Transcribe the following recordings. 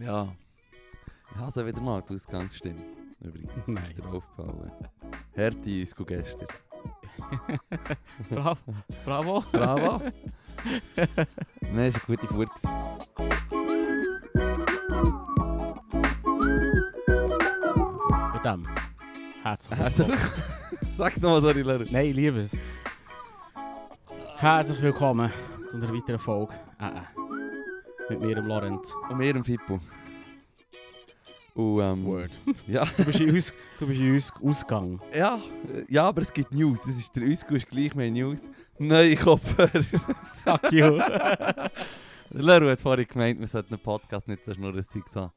Ja. Ich habe es wieder mal, die Ausgangsstimme. Übrigens, nice. ist dir aufgefallen. Härte Isco gestern. Bra Bravo. Bravo. Nein, es war eine gute Furt. Mit dem. Herzlich Herzlich willkommen. Also, Sag's nochmal, sorry, Lehrer. Nein, liebes. Herzlich willkommen zu einer weiteren Folge. Äh, äh. Mit mir, dem Lorenz. Und mir im Fippo. Und, ähm, Ja. Du bist in uns, du bist in uns Ausgang. ja, äh, ja, aber es gibt News. Es ist der Isco ist gleich mehr News. Neue Kopfhörer. Fuck you. Leru hat vorhin gemeint, man sollte einen Podcast nicht so Äh, schnurrig sein.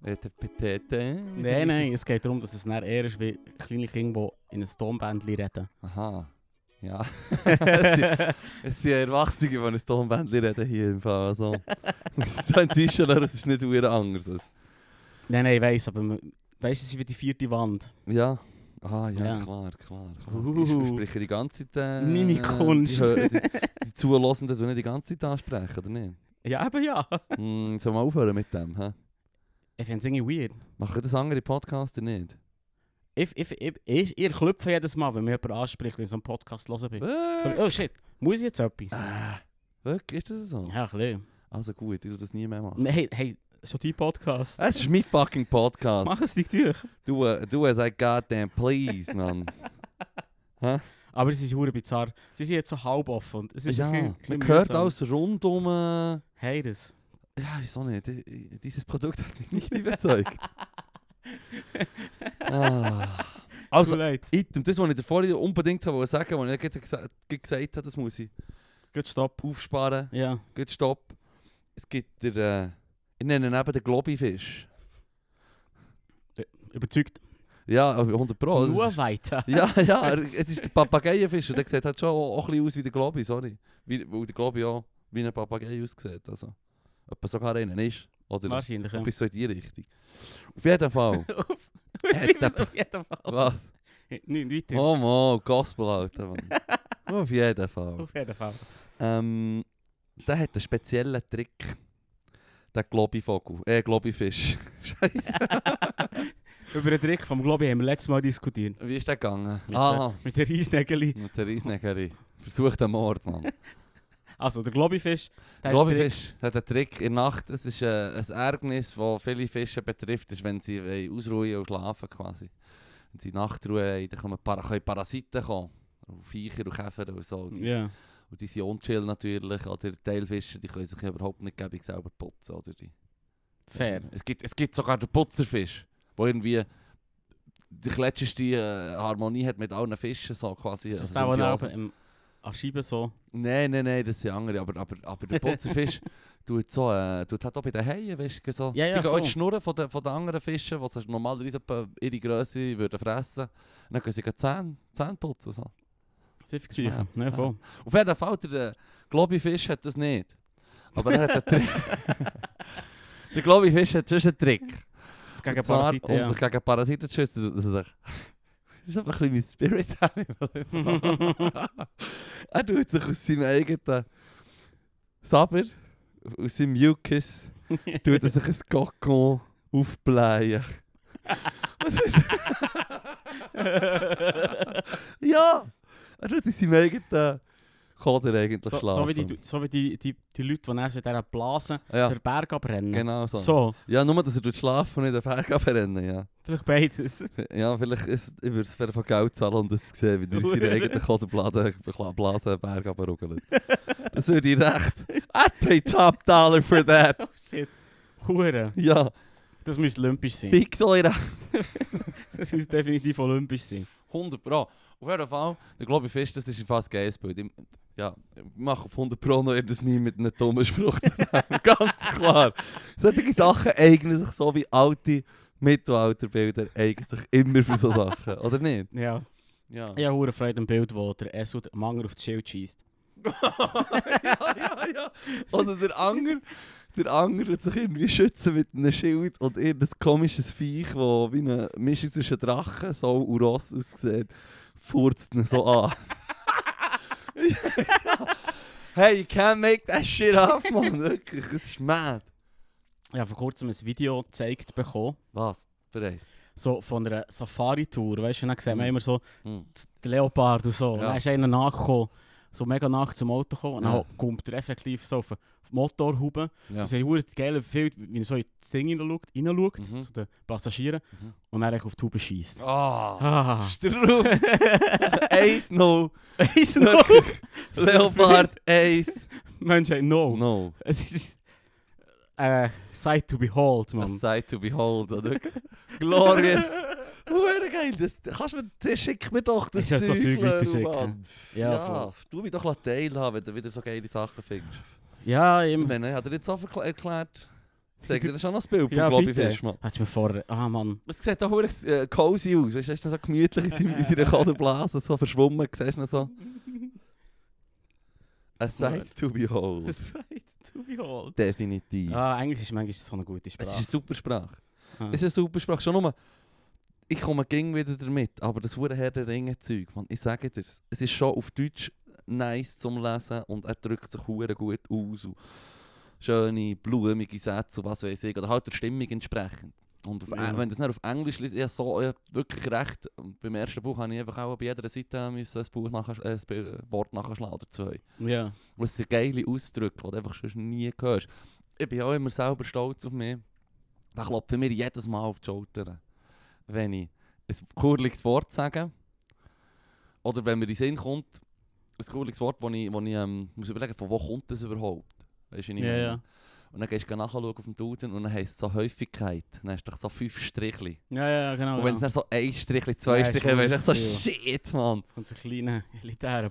Nein, nein, nein, es geht darum, dass es näher eher ist wie kleine Kinder, die in ein Tonbändchen reden. Aha. Ja. es, sind, es sind Erwachsene, die ein Tonbändchen reden hier im Fall. Also, muss es enttäuschen, aber es ist nicht sehr anders. als- Nein, nein, ich weiss, aber man- weiss, es ist wie die vierte Wand. Ja. Ah, ja, Ja. klar, klar. klar. Uhuhu. Ich spreche die ganze Zeit. Äh, Meine Kunst. Die, Hö- die, die Zulassenden tun nicht die ganze Zeit ansprechen, oder nicht? Ja, eben ja. Hm, sollen wir aufhören mit dem? Hä? Ich finde es irgendwie weird. Machen das andere Podcaster nicht? Ich, ich, ich, ich, ich klüpfe jedes Mal, wenn mir jemand anspricht, wenn ich so einen Podcast hören bin. Äh, Oh shit, muss ich jetzt etwas? wirklich, ist das so? Ja, klar. Also gut, ich tu das nie mehr machen. Nein, hey, so dein Podcast. Es ist mein fucking Podcast. Mach es nicht durch. Du, äh, du hast gesagt, goddamn, please, man. Aber es ist hure bizarr. Sie sind jetzt so halb offen. und Es ist ja, ein bisschen- man bisschen hört mühsam. alles rundum. Äh, Hey, dus. das. ja, wieso nicht? Ich- ich- Dieses Produkt hat mich nicht überzeugt. ah. Also, Also, leid. Item, das, was ich dir vorhin unbedingt habe wollte sagen, was ich gerade gesa- gerade gesagt habe, das muss ich Gut, stopp. aufsparen. Ja. Gut, stopp. Es gibt der, äh, ich nenne ihn eben den Globifisch. Überzeugt. Ja, aber 100 Pro. das Nur ist- weiter. Ja, ja, er- es ist der Papageienfisch und der sieht halt schon auch ein bisschen aus wie der Globi, sorry. Wie, weil der Globi auch wie ein Papagei aussieht. Also, ob er sogar einen ist. Oder Wahrscheinlich, ja. bis so in die Richtung. Auf jeden Fall. Ich weiß auf jeden Fall. Was? Nein, weiter. Oh Mann, Gospel, Alter. Mann. Auf jeden Fall. Auf jeden Fall. Ähm, der hat einen speziellen Trick. Der Globivogel. Äh, Globifisch. Scheiße. Über den Trick vom Globi haben wir letztes Mal diskutiert. Wie ist der gegangen? Mit Ah, Mit den Reisnägeli. mit der Reisnägeri. Versucht den Mord, Mann. Also, der Globifisch. der Der hat den Trick- Globifisch hat einen Trick in der Nacht. Es ist äh, ein Ärgernis, das viele Fische betrifft, ist, wenn sie wollen ausruhen und schlafen quasi. Wenn sie Nachtruhe haben, dann kommen Para können Parasiten kommen. Und Viecher und Käfer und so. Und die, Ja. und die sind unchill natürlich. Oder Teilfische, die können sich überhaupt nicht gäbig selber putzen. Oder die. Fair. Es gibt, es gibt sogar den Putzerfisch, der irgendwie die letzteste äh, Harmonie hat mit allen Fischen. So quasi. Das ist Also auch Symbiose. neben im Archive so. Nein, nein, nein, das sind andere. Aber, aber, aber der Putzenfisch tut so, äh, tut halt auch bei den Haien, weißt du, so. Ja, ja, die gehen auch in voll. die Schnurren von den, von den anderen Fischen, die sie normalerweise etwa ihre Größe würden fressen. Und dann können sie gleich die Zähne, Zähne putzen. So. Sicher gesichert. Ja, voll. Auf jeden Fall, der äh, Globifisch hat das nicht. Aber er hat einen Trick. der Globifisch hat sonst einen Trick. Gegen Und zwar, Parasiten, um ja. sich gegen Parasiten zu schützen, dass er sich... Das ist einfach ein bisschen mein Spirit Animal. er tut sich aus seinem eigenen Saber, aus seinem Mucus, tut er sich ein Kokon aufblähen. Und das- ja! Er tut in seinem eigenen Koder eigentlich so, schlafen. so wie, die, so wie die, die, die Leute, die dann so in dieser Blase Ja, den Berg abrennen. genau so. So, Ja, nur, dass er tut schlafen und nicht den Berg abrennen, ja. vielleicht beides. Ja, vielleicht ist über das Fair von Geld zahlen und das sehen, wie die ihre eigenen Koderbladen blasen Berg runterruggeln. Das würde ich recht. I'd pay top dollar for that. Oh shit. Hure. Ja, Das muss olympisch sein. fix eure. Das muss definitiv olympisch sein. 100 Pro. Auf jeden Fall, der Globifisch, das ist fast geiles Bild. Ich, ja, ich mache auf 100 Pro noch irgendwas Meme mit einem dummen Spruch zusammen. Ganz klar. Solche Sachen eignen sich so wie alte Mittelalterbilder, eignen sich immer für so Sachen, oder nicht? Ja. Ja. Ich habe hure Freude am Bild, wo der Esud Manger auf das Schild schießt. ja, ja, ja. Oder der Anger, der Anger wird sich irgendwie schützen mit einem Schild und irgendein komisches Viech, das wie eine Mischung zwischen Drachen, so und Ross aussieht, furzt ihn so an. hey, you can't make that shit up, man. Wirklich, es ist mad. Ich habe vor kurzem ein Video gezeigt bekommen, Was? Bereits. so von einer Safari-Tour, weißt du, und dann sieht man Mhm. immer so Hm. den Leopard und so. Und Ja. dann ist einer nachgekommen, so mega nach zum Auto gekommen und dann Ja. kommt er effektiv so auf den Motorhaube Ja. Sie haben geil gefilmt, wie er so in das Ding hineinschaut, hineinschaut Mhm. zu den Passagieren Mhm. und dann echt auf die Haube schießt. Ah! Ah. Struf! Ace no! Ist no! Leopard Ace! Menschheit, no. No! Es ist äh, sight to behold, A man. sight to behold, oder? Glorious! Huere geil! Das, kannst du mir, das schick mir doch das Ich sollte so Zeug Leru, weiterschicken. Mann. Ja, ja du mich doch lass teilhaben, wenn du wieder so geile Sachen findest. ja, Ich im. meine, hat er jetzt so verkl- erklärt? Zeig dir das schon noch das Bild Ja, von Globby bitte. Fischmann. Hättest du mir vorher. Ah, Mann. Es sieht auch verdammt, äh, cozy aus. Es ist so gemütlich in, seinem, in seiner kalten Blase, so verschwommen. Siehst du noch so? A sight to behold. sight to behold. Definitiv. Ja, Englisch ist manchmal so eine gute es ist eine Sprache. super Sprache. Ja. Es ist eine super Sprache. Schon nur, ich komme ging wieder damit, aber das hure Herr der Ringe Zeug, Mann, ich sage dir, es ist schon auf Deutsch nice zum Lesen und er drückt sich hure gut aus. Und schöne, blumige Sätze und was weiß ich, oder halt der Stimmung entsprechend. Und auf, Ja. wenn das nicht auf Englisch liest, ich habe so, ich habe wirklich recht, beim ersten Buch habe ich einfach auch bei jeder Seite müssen ein, Buch nachher, äh, ein Bi- Wort nachschlagen oder zwei. ja. Und es sind geile Ausdrücke, die du einfach sonst nie hörst. Ich bin auch immer selber stolz auf mich. Da klopft mir jedes Mal auf die Schulter. Wenn ich ein kurliges Wort sage, oder wenn mir in den Sinn kommt, ein kurliges Wort, wo ich, wo ich ähm, muss überlegen von wo kommt das überhaupt? Weißt du, wie ich Ja, meine? ja. Und dann gehst du nachschauen auf dem Duden und dann heisst es so Häufigkeit. Dann hast du doch so fünf Strichli. Ja, ja, genau. und wenn es dann genau. so ein Strichli, zwei Ja, ist Strichli, schon dann ist zu so Shit, Mann. Kommt so ein kleiner elitärer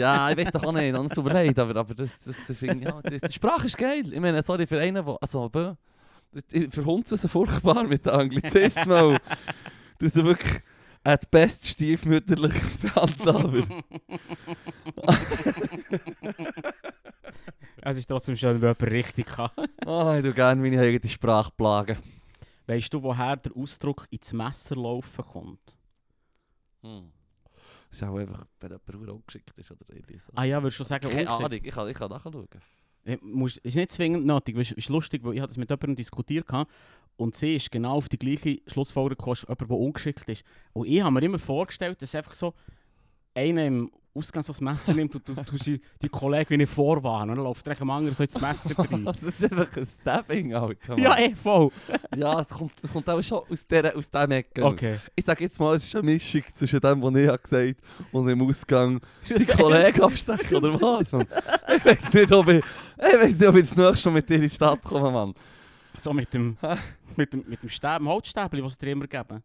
Ja, ich weiß doch auch nicht, dann ist es leid, aber, aber das, das finde ich auch. Das, dus, die Sprache ist geil. Ich meine, sorry für einen, der. Also, bö, für Hunde ist es furchtbar mit den Anglizismen. das ist wirklich at best stiefmütterlich behandelt. Aber. Es ist trotzdem schön, wenn jemand richtig kann. Oh, ich tu gerne meine eigene Sprache plagen. Weißt du, woher der Ausdruck ins Messer laufen kommt? Hmm. Das ist auch einfach, wenn jemand auch geschickt ist oder irgendwie so. Ah ja, würdest du sagen, Keine ungeschickt? Ahnung, ich kann, ich kann nachschauen. Ja, musst, ist nicht zwingend nötig, weil es ist lustig, weil ich habe das mit jemandem diskutiert hatte, und sie ist genau auf die gleiche Schlussfolgerung gekommen, als jemand, der ungeschickt ist. Und ich habe mir immer vorgestellt, dass einfach so einer im Ausgang so das Messer nimmt und du tust die, die Kollegen nicht vorwarnen und dann läuft der andere so ins Messer rein. Das ist einfach ein Stabbing, Alter. ja, eh, voll. ja es, kommt, es kommt auch schon aus, der, aus dem Ecken. Okay. Ich sage jetzt mal, es ist eine Mischung zwischen dem, was ich habe gesagt habe, und im Ausgang die Kollegen abstechen, oder was? Mann? Ich weiß nicht, ob ich, ich weiß nicht, ob ich das nächste Mal mit dir in die Stadt komme, Mann. So mit dem, mit dem, mit dem, Stäb, dem Holzstäbchen, was sie dir immer geben.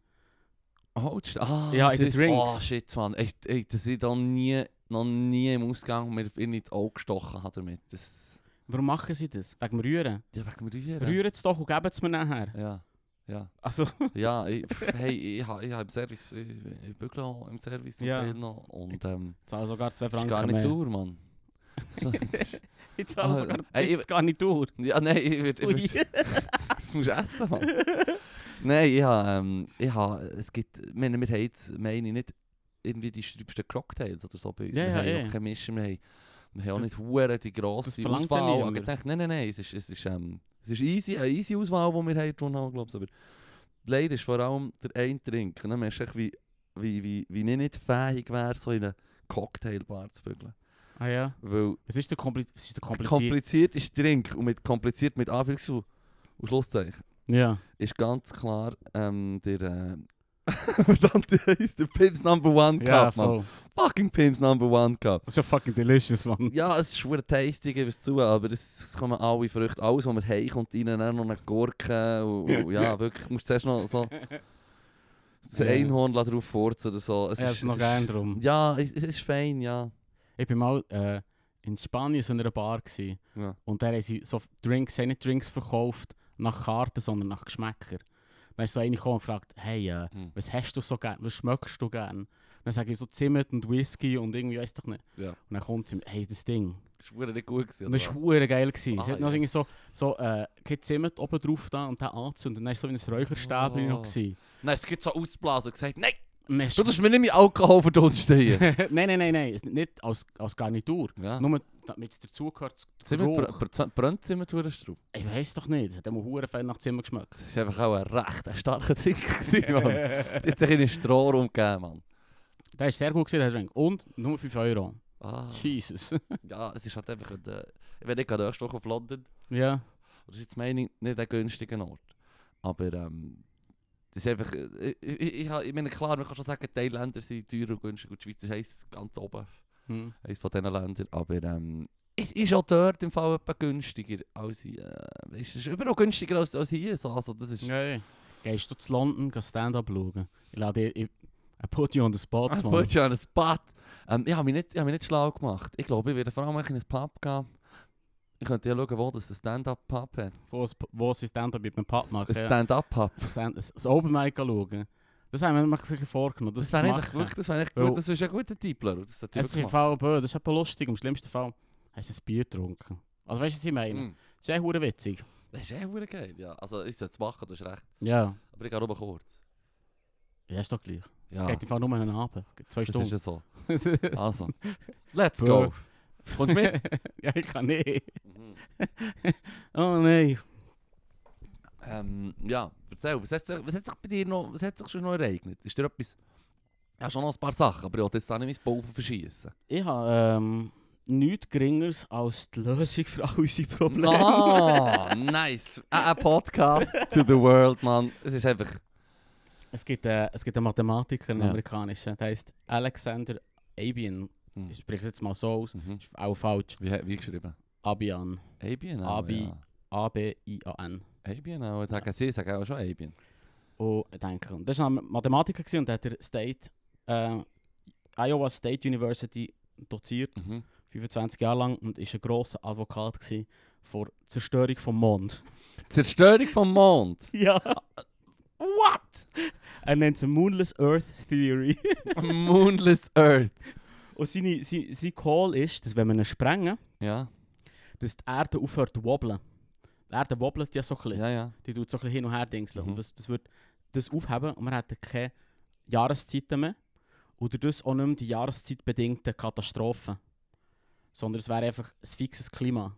Oh, das- ah, Ja, in den das- Drinks. Oh, shit, Mann. Ey, ey, dass ich da nie, noch nie im Ausgang mir irgendwie ins Auge gestochen habe damit. Das, Warum machen sie das? Wegen dem Rühren. ja, wegen dem Rühren. Rühren es doch und geben es mir nachher. Ja, ja. Also, Ja, ich, pff, hey, ich habe ich hab im Service, ich, ich bügle auch im Service Ja. ja. noch. Und ähm, zahle sogar 2 das Franken ist gar nicht mehr. durch, Mann. So, Ich zahle Ah, sogar ey, ist ich- es gar nicht durch. ja, nein, ich würde... Ich würd, Ui. Das musst du essen, Mann. Nein, ich habe, ähm, ich habe, es gibt, ich meine, wir haben jetzt, meine ich nicht irgendwie die schreibsten Cocktails oder so bei uns. Ja, wir ja, haben ja. noch keine Mischung, wir haben, wir haben auch Das- nicht hure die grosse verlangt ja Auswahl. Aber niemand. ich dachte, nein, nein, nein, es ist, es ist, ähm, es ist easy, eine easy Auswahl, die wir haben, drum haben, glaube ich. Aber leider ist vor allem der ein Trink. Ne? Merkst du, echt, wie, wie, wie, wie ich nicht fähig wäre, so in eine Cocktailbar zu bügeln. Ah ja. Weil Was ist der, Kompli was ist der kompliziert, kompliziert? ist Trink und mit kompliziert mit Anführungs- und und Schlusszeichen. ja. ist ganz klar ähm, der äh, verdammte heisst der Pimps Number One Cup, Ja, Mann. voll. Fucking Pimps Number One Cup. Das ist ja fucking delicious, Mann. Ja, es ist schwer tasty, gebe es zu, aber es, es kommen alle Früchte, alles, was wir haben, kommt rein, dann noch eine Gurke und, und eh, ja, wirklich, musst zuerst noch so das Ja. Einhorn lassen drauf furzen oder so. Es Er ist noch gern drum. Ja, es, es ist fein, ja. Ich bin mal äh, in Spanien so in einer Bar gewesen, Ja. und da haben sie so Drinks, sie haben nicht Drinks verkauft nach Karten, sondern nach Geschmäcker. Dann ist so einer gekommen und gefragt, hey, äh, Hm. was hast du so gern, was schmeckst du gern? Dann sage ich so Zimt und Whisky und irgendwie, weiss doch nicht. Ja. Und dann kommt sie, hey, das Ding. Ist verdammt nicht gut gewesen, Und das war was? verdammt geil. Gewesen. sie Ah, hat noch irgendwie yes. so, so äh, kein Zimt oben drauf da und den anzünden. Und dann war so wie ein Räucherstäbchen Oh. noch. Gewesen. Nein, es gibt so ausblasen und gesagt, nein, dus Und dann hast du darfst mir nicht mehr Alkohol verdunsten hier. nein, nein, nein, nein. es- Nicht als, als Garnitur. ja. Nur damit dazu gehört, Zimmer, Br brennt Zimmer Torenstraub? Ich weiß doch nicht, es hat immer hure fein nach Zimmer geschmeckt. Das war einfach auch ein recht ein starker Trick, gewesen, Mann. Das hat sich in den Stroh rumgegeben, Mann. Der ist sehr gut gewesen, der Drink. Und nur 5 Euro. Ah, Jesus. ja, es ist halt einfach... ein, äh, Ich bin nicht gerade nächste Woche auf London. ja. Das ist jetzt meine ich nicht ein günstiger Ort. Aber ähm, das ist einfach. äh, Ich, ich, ich, hab- ich meine, klar, man kann schon sagen, Thailänder sind teuer und günstig und die Schweiz ist eins ganz oben, Hm. eins von diesen Ländern. Aber ähm, es ist auch dort im Fall etwa günstiger als hier. Äh, weisst du, es ist überall günstiger als, als hier. So. Also, das ist. Nein. Gehst du zu London, gehst Stand-up schauen. Ich lade dir. I put you on the spot, Ah, Mann. gut, schon ein Bad. Ähm, ich habe mich, nicht- ich hab mich nicht schlau gemacht. Ich glaube, ich werde vor allem in ein Pub gehen. Ich könnte ja schauen, wo das ein Stand-Up-Pub hat. Wo es- Wo sie Stand-up mit einem Pub Ein machen. ja. Stand-Up-Pub. Stand- Das das Open Mic schauen. Das haben wir uns wirklich vorgenommen. Das, Das, zu wäre machen. eigentlich wirklich, das wäre eigentlich Weil- gut. Das ist ein guter Tippler. Das hat Das ist im Fall böse. Das ist etwa lustig. Im schlimmsten Fall hast du ein Bier getrunken. Also weißt du, was ich meine? Mm. Das ist echt hure witzig. Das ist echt hure geil, ja. Also ich sollte es machen, du hast recht. Ja. Aber ich gehe oben kurz. Ja, ist doch gleich. Es Ja, geht im Fall nur um einen Abend. Zwei das ist Stunden. ja so. Also, let's go. Bro. Kommst du mit? ja, ich kann nicht. Mhm. Oh nein. ähm, ja, erzähl, was hat, sich, was hat sich bei dir noch, was hat sich schon noch ereignet? Ist dir etwas... Ja, schon noch ein paar Sachen, aber ich wollte jetzt auch nicht mein Pulver verschießen. Ich habe ähm, nichts Geringeres als die Lösung für all unsere Probleme. Oh, nice. Ein Podcast to the world, Mann. Es ist einfach... Es, gibt, äh, es gibt einen Mathematiker, einen Ja. amerikanischen, der heißt Alexander Abian. Mhm. Ich spreche es jetzt mal so aus. Mhm. Ist auch falsch. Wie, wie geschrieben? Abian. Abian Abi. Ja. A-B-I-A-N. Abian auch. Ich sage, sie sagen auch schon Abian. Und Oh, ich denke, und das war ein Mathematiker gewesen, und der hat der State, äh, Iowa State University doziert, Mhm. 25 Jahre lang, und ist ein grosser Advokat gewesen vor Zerstörung vom Mond. Zerstörung vom Mond. Ja. What? Er nennt es Moonless Earth Theory. Oh, Moonless Earth. Und seine, sein, sein Call dus ist, dass wenn wir ihn sprengen, Ja, dass die Erde aufhört zu wobbeln. Die Erde wobbelt ja so ein bisschen. ja, ja. Die tut so ein bisschen hin und her dingseln. Mhm. Und das, das wird das aufheben und wir hätten keine Jahreszeiten mehr. Oder das auch nicht mehr dus die jahreszeitbedingten Katastrophen. Sondern es wäre einfach ein fixes Klima.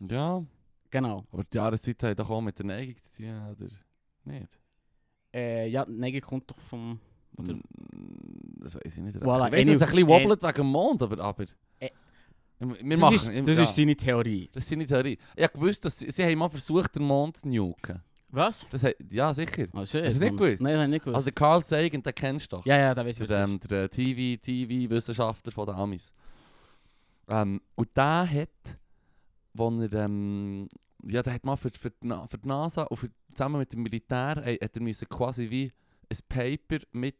Ja, Genau. aber die Jahreszeit hat doch auch mit der Neigung zu tun, oder? Nicht? Äh, ja, die Neigung kommt doch vom... Oder- Mm, Das weiß ich nicht. Voilà, ich weiß, dass es ein bisschen anyway, wobbelt wegen dem Mond, aber... aber Äh, wir Das, machen... ist, das ja, ist seine Theorie. das ist seine Theorie. Ich habe gewusst, dass sie, sie haben mal versucht, den Mond zu nuken. Was? Das hat, ja, sicher. Oh, shit, Hast du nicht Mann. gewusst? Nein, ich habe nicht gewusst. Also der Carl Sagan, den kennst du doch. ja, ja, da weiß ich, was der, das ähm, der TV, TV-Wissenschaftler von den Amis. Ähm, und der hat, wo er, ähm, ja, der hat mal für, für, die, Na- für die NASA und für, zusammen mit dem Militär äh, hat er müssen quasi wie ein Paper mit,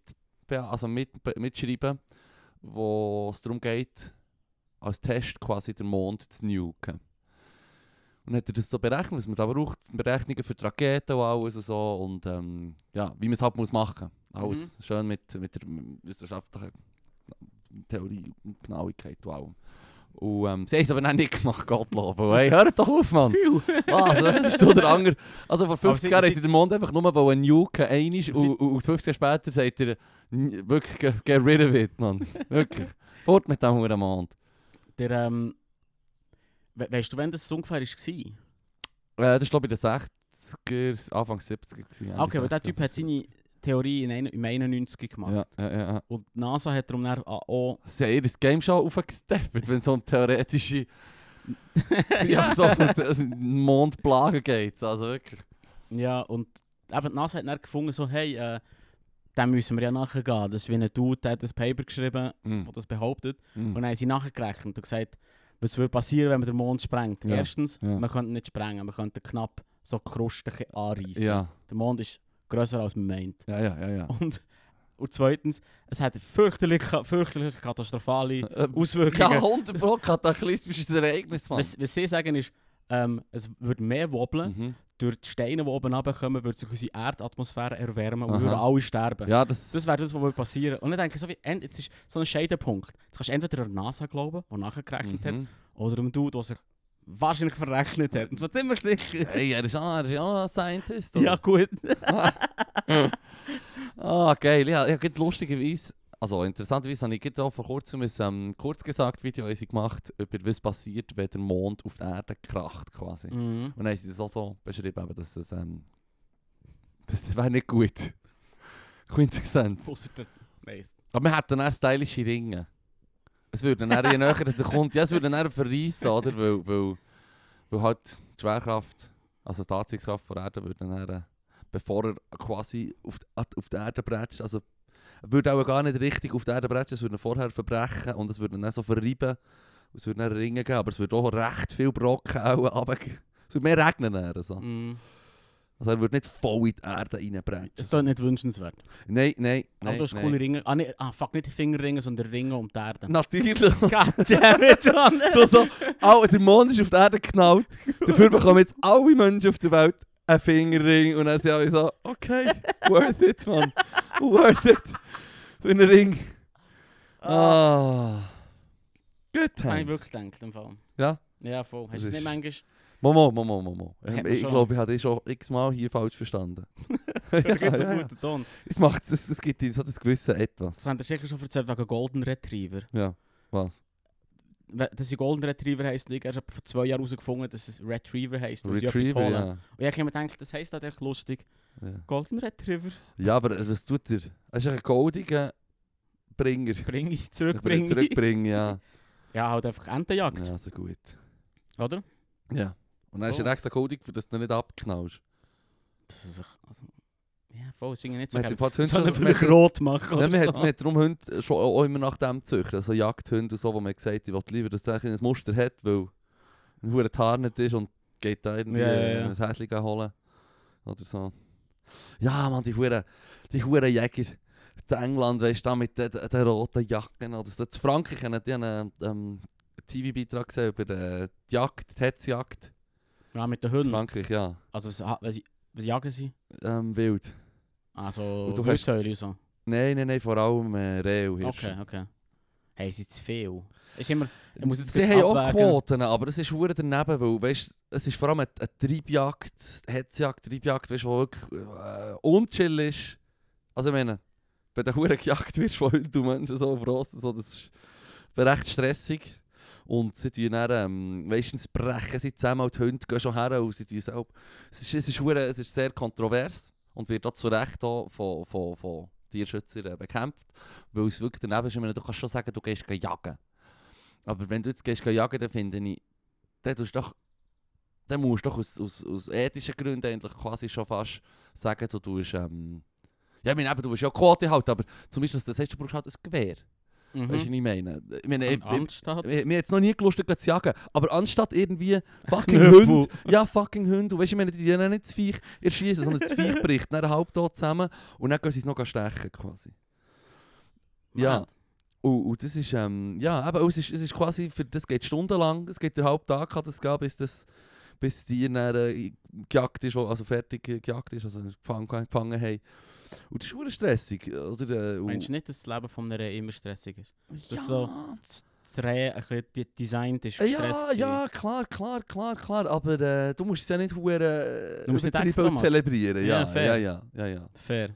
also mit, be- mitschreiben, wo es darum geht, als Test quasi den Mond zu nuken. Und hat er das so berechnet, was man da braucht, Berechnungen für die Raketen und alles und so und ähm, ja, wie man es halt muss machen. Alles schön mit, mit der wissenschaftlichen Theorie und Genauigkeit und allem. Und ähm, sie haben es aber noch nicht gemacht, Gottlob. Und, Hey, hört doch auf, Mann! ist. Also, das ist so der andere. Also vor Aber 50 sie- Jahren haben sie- sie den Mond einfach nur wollen nuken, einisch, Sie- und, und, und 50 Jahre später sagt er, "N- wirklich, get- get rid of it, Mann. Wirklich. Fort mit dem Huren Mond. Der, ähm, we weißt du, wann das ungefähr war? Äh, das war glaube ich in den 60er, Anfang 70er. Gewesen, Ende Ah, okay, aber der 60er. Typ hat seine Theorie in ein, im 91 gemacht. Ja, ja, ja. ja. Und die NASA hat darum dann auch- auch... Sie haben ihr das Game schon aufgesteppt, wenn es um theoretische... ja, so also, Mondplagen geht. Also wirklich. Ja, und eben die NASA hat dann gefunden, so, hey, äh, dem müssen wir ja nachgehen. Das ist wie ein Dude, der hat ein Paper geschrieben, Mm. der das behauptet. Und Mm. dann haben sie nachgerechnet und gesagt, was würde passieren, wenn man den Mond sprengt. Ja. Erstens, Ja. man könnte ihn nicht sprengen, man könnte knapp so die Kruste ein bisschen anreißen. Ja, Der Mond ist grösser, als man meint. ja, ja, ja. ja. Und, und zweitens, es hat fürchterlich, fürchterlich katastrophale Äh, Auswirkungen. ja, 100 Pro kataklysmisches Ereignis, Mann. Was, was sie sagen ist, ähm, es würde mehr wobbeln. Mhm. Durch die Steine, die oben runterkommen, würde sich unsere Erdatmosphäre erwärmen und Aha. wir würden alle sterben. Ja, das... Das wäre das, was würde passieren. Und ich denke, so wie, end- jetzt ist so ein Scheidenpunkt. Jetzt kannst du entweder der NASA glauben, der nachgerechnet hat, mhm. oder dem Dude, der sich wahrscheinlich verrechnet hat. Und zwar ziemlich sicher. Hey, er ist ja, er ist ja ein Scientist. Ja, Oder? gut. Ah, geil. Ja, ja, gerade lustigerweise. Also interessanterweise habe ich gerade auch vor kurzem ein ähm, Kurzgesagt-Video haben sie gemacht, über was passiert, wenn der Mond auf die Erde kracht quasi. Mhm. Und dann haben sie das auch so beschrieben, eben, dass es... Ähm, das wäre nicht gut. Quintessenz. Ausser der... Nein. Aber wir hätten dann stylische Ringe. Es würde dann je näher es kommt, ja, es würde dann verreissen, oder? Weil, weil, weil halt die Schwerkraft, also die Anziehungskraft der Erde, würde dann, äh, bevor er quasi auf, die- at- auf die Erde bretscht, also er würde auch gar nicht richtig auf die Erde bretschen, es würde ihn vorher verbrechen und es würde ihn dann so verreiben. Und Es würde dann Ringe geben, aber es würde auch recht viel Brocken auch runter. Es würde mehr regnen. Dann, so. Mhm. Also er würde nicht voll in die Erde reinbrechen. Das ist doch nicht wünschenswert. Nein, nein, nein. Aber du hast nein. coole Ringe. Ah, nee, ah, fuck, nicht die Fingerringe, sondern Ringe um die Erde. Natürlich. Goddammit, John! Du so, oh, der Mond ist auf die Erde geknallt. Dafür bekommen jetzt alle Menschen auf der Welt einen Fingerring. Und dann sind alle so, okay, worth it, Mann. Worth it. Für einen Ring. Ah, Ah. Good das habe ich times. wirklich gedacht, im Fall. Ja? Dus Ja, voll. Hast Das du es nicht ist- manchmal? Momo, Momo, Momo. Ähm, Hat man Ich, ich schon. glaube, ich habe dich schon x-mal hier falsch verstanden. Das gibt so ja, ja. guten Ton. Es macht, es, es gibt so das gewisse Das Etwas. haben wir sicher schon erzählt wegen Golden Retriever. Ja, was? We- Dass sie Golden Retriever heisst, und ich habe vor zwei Jahren herausgefunden, dass es Retriever dus heisst, weil sie etwas Retriever, holen. ja. Und ich habe mir gedacht, das heisst halt dus echt lustig. ja. Golden Retriever, Ja, aber was tut er? Er ist ein goldiger Bringer. bring ich, Aber zurückbring ich. Zurückbringen, ja. Ja, halt einfach Entenjagd, Ja, so gut. oder? Ja. Und dann ist Cool. er extra goldig, für das du nicht abknallst. Das ist echt- also, ja, voll, das ist irgendwie nicht so Man hat im Fall geil. die Hunde Das schon... kann man einfach hat- rot Nein, machen oder man so. hat, man hat darum Hunde schon auch immer nach dem gezüchtet. Also Jagdhunde und so, wo man gesagt hat, ich will lieber, dass der ein kleines Muster hat, weil ein Huren tarnet ist und geht da irgendwie Ja, ja, äh, ja. ein Häschen gehen holen. Oder so. Ja, Mann, die Huren... Die Huren Jäger. In England, weißt du, da mit den, den, den roten Jacken. Oder so. In Frankreich haben die einen ähm, TV-Beitrag gesehen über äh, die Jagd, die Hetzjagd. Ja, mit den In Hunden. Frankreich, ja. Also, was, was, was jagen sie? Ähm, wild. Also, Und du hast- Wildsäule und so. Nein, nein, nein, vor allem äh, Reo Okay, okay. Hey, sie zu viel. Ist immer, ich muss jetzt Sie gleich haben auch abwägen. Quoten, aber es ist hure daneben, weil weißt, es ist vor allem eine, eine Treibjagd, Hetzjagd, Treibjagd, weißt, wo wirklich äh, unchill ist. Also ich meine, wenn du hure gejagt wirst von Hunden und Menschen so auf Rossen, so, das ist recht stressig. Und sie tun dann, ähm, meistens brechen sie zusammen, auch die Hunde gehen schon her und sie tun selber. Es ist, es, ist hure- es ist sehr kontrovers und wird auch zu Recht auch von, von, von Tierschützern äh, bekämpft, weil es wirklich daneben ist. Ich meine, du kannst schon sagen, du gehst jagen. Aber wenn du jetzt gehst, geh jagen, dann finde ich, dann, tust du doch, dann musst du doch aus, aus, aus ethischen Gründen eigentlich quasi schon fast sagen, du tust, ähm, ja, ich meine, eben, du willst ja Quote halt, aber zum Beispiel, das heißt, du brauchst halt ein Gewehr. Mhm. Weißt du, was ich meine? Ich meine, ich, Ein ich, Amtsstaat. mir mir jetzt noch nie gelustet, gehen zu jagen, aber anstatt irgendwie fucking Knüppel. Hund, ja fucking Hund, und weißt du, ich meine, die tun ja nicht das Viech erschießen, sondern das Viech bricht dann halb tot zusammen und dann gehen sie es noch stechen quasi. Ja. Und, und Oh, das ist, ähm, ja, aber es ist, es ist quasi, für, das geht stundenlang, es geht den halben Tag, hat es gegeben, bis das, bis die dann äh, gejagt ist, wo- also fertig äh, gejagt ist, also gefangen, gefangen haben. Und das ist verdammt stressig, oder? Äh, und- Meinst du nicht, dass das Leben von einer immer stressig ist? ja. das so- Das das Reh ein bisschen de- designt ist, Äh, gestresst ja, zu sein. ja, klar, klar, klar, klar, aber äh, du musst es ja nicht hure Du musst nicht übertrieben extra und machen. zelebrieren, ja, Ja, ja, fair. ja, ja, ja, ja. Fair.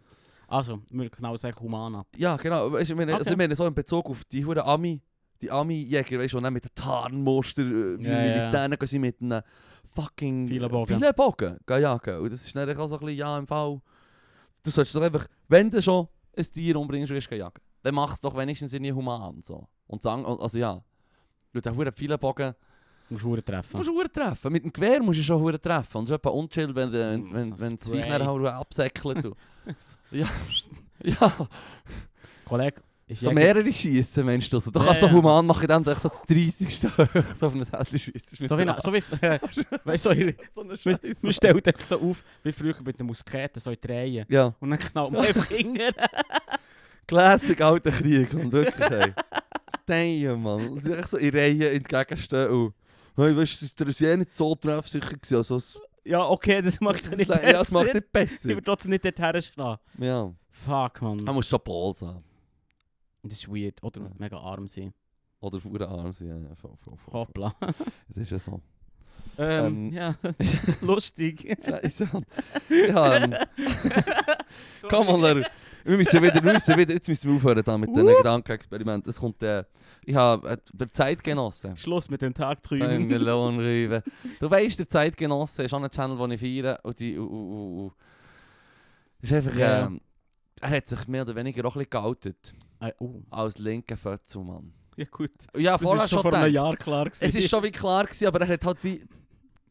Also, wir genau sagen human ab. Ja, genau. Weißt, du, ich meine, also Ah, Okay. ich meine, so in Bezug auf die Huren Ami, die Ami-Jäger, weißt du, die dann mit den Tarnmuster, äh, wie Ja, ja. Militären gehen sie mit einem fucking Pfeilenbogen. Pfeilenbogen gehen jagen. Und das ist dann auch so ein bisschen, ja, im Fall. Du solltest doch einfach, wenn du schon ein Tier umbringst, willst du gehen jagen. Dann mach es doch wenigstens irgendwie human. So. Und sagen, also ja. Du den Huren Pfeilenbogen Musst du Uhr du treffen. musst Huren treffen. Mit dem Gewehr musst du schon Huren treffen. Und es ist etwa unchill, wenn, wenn, Mm, wenn, so wenn das Viech Spray. dann halt absäckelt. du. ja. ja. Kollege, ist So Jäger- mehrere schießen, meinst du? Also, du Ja, kannst so ja. human machen, indem du echt so das 30. so auf ein Häschen schießt. so wie, so wie, äh, weißt du, so in- so eine man, man stellt einfach so auf, wie früher mit den Musketen, so in die Reihe. Ja, Und dann knallt man einfach hinger. Classic alter Krieg, und wirklich, hey. Damn, Mann. Sie sind echt so in Reihen entgegenstehen und... Hey, weißt du, das ist ja eh nicht so treffsicher gewesen, also... es- Ja, okay, das macht es nicht besser. Ja, es macht nicht Ich besser. würde trotzdem nicht dort herstehen. Ja. Fuck, man. Man muss schon Balls haben. Das ist weird. Oder Ja. mega arm sein. Oder verdammte Arme sein, ja, ja, voll, voll, voll. Hoppla. Es ist ja so. Ähm. Ähm, ja, lustig. Scheisse, Mann. Ja, ähm, Sorry. Komm mal, Leru. Wir müssen wieder, wir müssen wieder, jetzt müssen wir aufhören da mit diesen Gedankenexperimenten. Es kommt äh, ich habe äh, der Zeitgenosse. Schluss mit dem Sagen wir Tagträumen. Lohnräuber. Du weißt, der Zeitgenosse ist auch ein Channel, den ich feiere. Und die, u- u- u- u- ist einfach, Ja. ähm, er hat sich mehr oder weniger auch ein bisschen geoutet Äh, oh, als linker Fötzelmann. ja gut. Und Ja, Das war vorher schon schon vor einem gedacht. Jahr klar. Gewesen. Es ist schon wie klar gewesen, aber er hat halt wie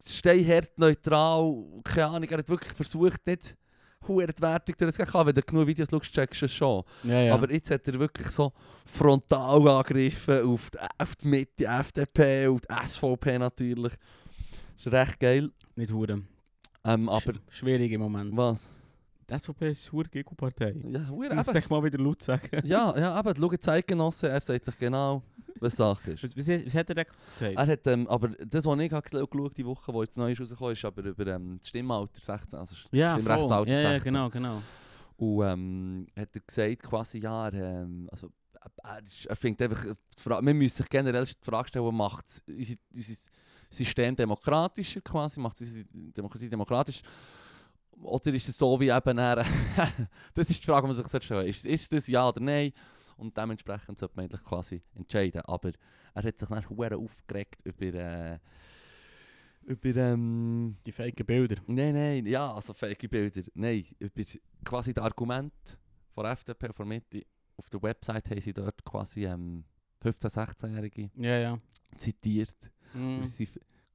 steinhart, neutral, keine Ahnung, er hat wirklich versucht, nicht verdammt die Wertung durchzugehen. Wenn du genug Videos schaust, checkst du es schon. ja, ja. Aber jetzt hat er wirklich so frontal angegriffen auf die, auf die Mitte, FDP und die SVP natürlich. Ist recht geil. Nicht hure. Ähm, aber Sch schwierig im Moment. was? Die SVP ist hure gegen Partei. Ja, huere, Muss eben. ich mal wieder laut sagen. ja, ja, aber schau die Zeitgenossen, er sagt doch genau, was Sache ist. Was, was, was hat er denn gesagt? Er hat, ähm, aber das, was ich habe geschaut die Woche, wo jetzt neu ist rausgekommen ist, aber über ähm, das Stimmalter 16, also das ja, Stimmrechtsalter voll. ja, ja, 16. genau, genau. Und ähm, hat er gesagt, quasi, ja, er, ähm, also, er, er ist- er findet einfach, äh, die Fra- wir müssen sich generell die Frage stellen, macht es unser, unser System demokratischer quasi, macht es unsere Demokratie demokratisch? Oder ist es so wie eben er, das ist die Frage, die man sich stellen sollte. Ist, ist das ja oder nein? Und dementsprechend sollte man eigentlich quasi entscheiden. Aber er hat sich dann hure aufgeregt über, äh, über, ähm, Die fake Bilder. Nein, nein, ja, also fake Bilder. Nein, über quasi das Argument von FDP, von Mitte, auf der Website haben sie dort quasi ähm, 15-, 16-Jährige Ja, ja. zitiert. Mm. Und es sind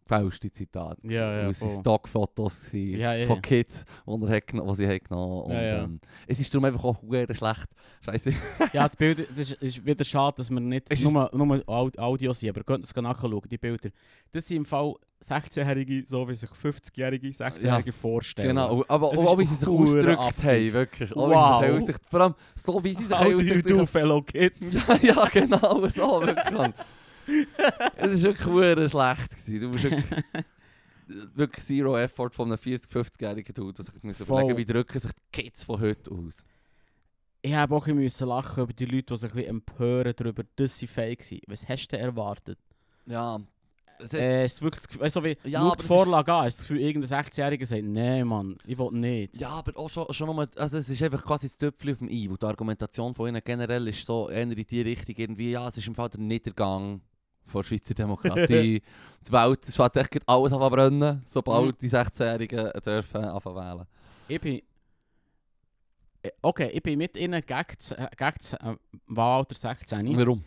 gefälschte Zitate. Ja, ja, Und es voll. waren Stockfotos gewesen Ja, ja, von ja. Kids, die er hat geno- die sie hat genommen haben. Ja, ja. ähm, es ist darum einfach auch hure schlecht. Scheiße. Ja, die Bilder, es ist, ist wieder schade, dass wir nicht Es ist- nur, nur Aud- Audio sind, aber ihr könnt es gerne nachschauen, die Bilder. Das sind im Fall 16-Jährige, so wie sich 50-Jährige, 16-Jährige vorstellen. Genau, und- aber Es auch ist wie sie sich hure ausgedrückt haben, abfuck. wirklich. Auch wie sie sich haben Wow. ausgedrückt- Vor allem so, wie sie sich How haben do you ausgedrückt- do, fellow kids? ja, genau, so wirklich. Mann. Es war wirklich hure schlecht. Gewesen. Du musst wirklich, wirklich zero effort von einem 40-, 50-jährigen Dude. Also ich muss Voll. überlegen, wie drücken sich die Kids von heute aus. Ich habe auch ein bisschen lachen über die Leute, die sich ein bisschen empören darüber, dass sie fake sind. Was hast du denn erwartet? Ja, es ist, Äh, ist wirklich das Gefühl, also wie, Ja, schau aber die es Vorlage an, hast du das Gefühl, irgendein 16-Jähriger sagt, nein Mann, ich will nicht. ja aber auch schon, schon nochmal, also es ist einfach quasi das Töpfchen auf dem i, weil die Argumentation von ihnen generell ist so eher in die Richtung irgendwie, ja, es ist im Fall der Niedergang von der Schweizer Demokratie. die Welt, es fängt echt gerade alles an zu brennen, sobald die 16-Jährigen dürfen anfangen wählen. Ich bin... Äh, Okay, ich bin mit ihnen gegen das, äh, gegen das äh, Wahlalter 16. Warum?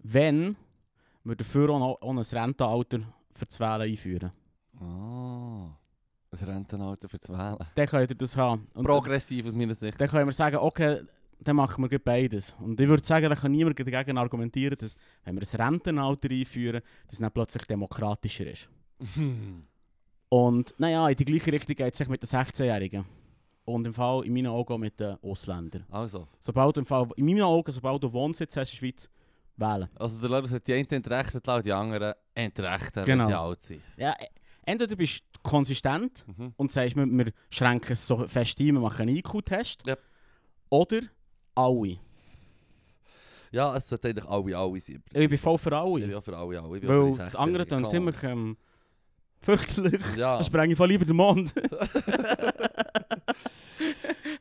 wenn wir dafür auch noch- auch ein Rentenalter für das Wählen einführen. Ah, ein Rentenalter für zu wählen. Dann könnt ihr das haben. Und Progressiv aus meiner Sicht. Dann können wir sagen, okay, dann machen wir gleich beides. Und ich würde sagen, da kann niemand dagegen argumentieren, dass wenn wir ein Rentenalter einführen, das dann plötzlich demokratischer ist. Und naja, in die gleiche Richtung geht es mit den 16-Jährigen. Und im Fall, in meinen Augen, auch mit den Ausländern. Also, Sobald du im Fall, in meinen Augen, sobald du Wohnsitz hast in der Schweiz, wählen. also der Lars hat die einen entrechtet, laut die anderen entrechten, wenn Genau. sie alt sind. Ja, e- entweder bist du konsistent, Mhm. und sagst, wir, wir schränken es so fest ein, wir machen einen IQ-Test. Yep. Oder alle. Ja, es sollte eigentlich alle, alle sein. Ich bin voll für Ich bin alle. auch für alle, alle. Ich bin auch Weil für die das andere 16-Jährigen, dann ziemlich ähm, fürchterlich. klar. eh, Ja. Dann spreng ich voll lieber den Mond.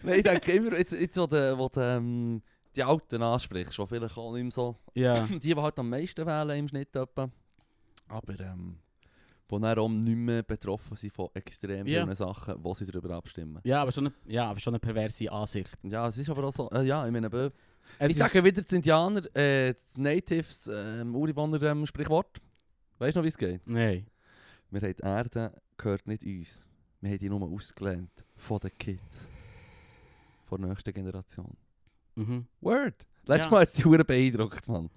Nein, ich denke immer, jetzt, jetzt wo du, wo du ähm, die Alten ansprichst, die vielleicht auch nicht mehr so... ja. Die, die halt am meisten wählen im Schnitt etwa. Aber ähm, die dann auch nicht mehr betroffen sind von extrem Ja. vielen Sachen, wo sie darüber abstimmen. Ja, aber schon eine, ja, aber schon eine perverse Ansicht. Ja, es ist aber auch so... Äh, ja, ich meine... bö- Es ich ist- sage wieder die Indianer, äh, die Natives, ähm, Ureinwohner, ähm, Sprichwort. Weißt du noch, wie es geht? Nein. Wir haben die Erde gehört nicht uns. Wir haben die nur ausgelernt von den Kids. Von der nächsten Generation. Mhm. Word! Letztes Ja. Mal hat es die Hure beeindruckt, Mann.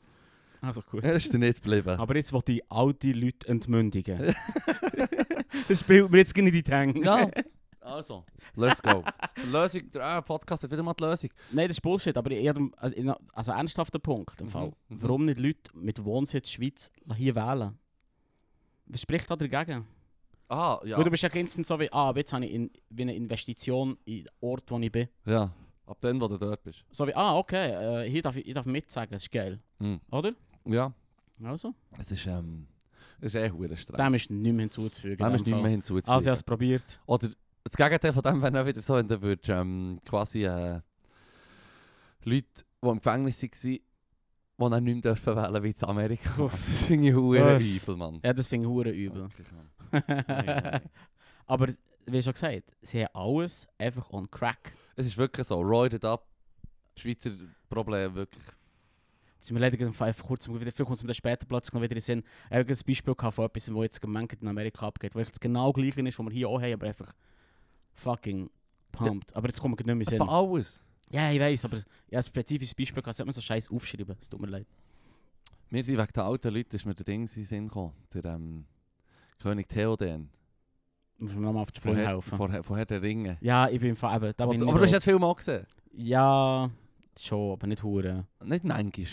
Also gut. Das ist dir nicht geblieben. Aber jetzt will ich all die Leute entmündigen. das spielt mir jetzt gar nicht in die Hänge. ja. Also, let's go. Die Lösung, der äh, Podcast hat wieder mal die Lösung. Nein, das ist Bullshit, aber ich, also, ich- also ernsthafter Punkt im Mhm, Fall. mhm. Warum nicht Leute mit Wohnsitz Schweiz hier wählen? Was spricht da dagegen? Ah, ja. Weil du bist ja instant so wie, ah, aber jetzt habe ich in, wie eine Investition in den Ort, wo ich bin. Ja. Ab dann, wo du dort bist. So wie, ah, okay, äh, hier darf ich, ich darf mitsagen, ist geil. Mhm. Oder? Ja. Also? Es ist, ähm... Es ist eh hure streng. Dem ist nichts mehr hinzuzufügen. Dem in ist dem nicht mehr Fall. hinzuzufügen. Also, ich habe es probiert. Oder das Gegenteil von dem wäre dann wieder so, wenn du würdest, ähm, quasi äh, Leute, die im Gefängnis waren, die dann nicht mehr dürfen wählen wie in Amerika. Uff. Das finde ich hure Uff. übel, Mann. Ja, das finde ich hure übel. Wirklich, Mann. nein. Aber wie schon gesagt, sie haben alles einfach on crack. Es ist wirklich so, roided up. Schweizer Problem, wirklich. Jetzt sind wir leider gerade einfach kurz wieder, vielleicht kommt es mir dann später plötzlich noch wieder in den Sinn. Ich habe ein Beispiel gehabt von etwas, was jetzt gemerkt in Amerika abgeht, weil es genau gleich ist, was wir hier auch haben, aber einfach fucking pumped. Aber jetzt kommt mir gerade nicht mehr in den Aber Sinn. alles. Ja, ich weiß, aber ich habe ein spezifisches Beispiel gehabt, das sollte man so scheiß aufschreiben, es tut mir leid. Wir sind wegen der alten Leute, ist mir der Ding in den Sinn gekommen. Der ähm, König Theoden. Muss mir nochmal auf die Sprung Vorher, helfen. vorher, vorher der Ringe. Ja, ich bin im Fall eben, da Aber, bin ich aber du hast nicht den Film auch gesehen. auch- Ja, schon, aber nicht hure. Nicht manchmal.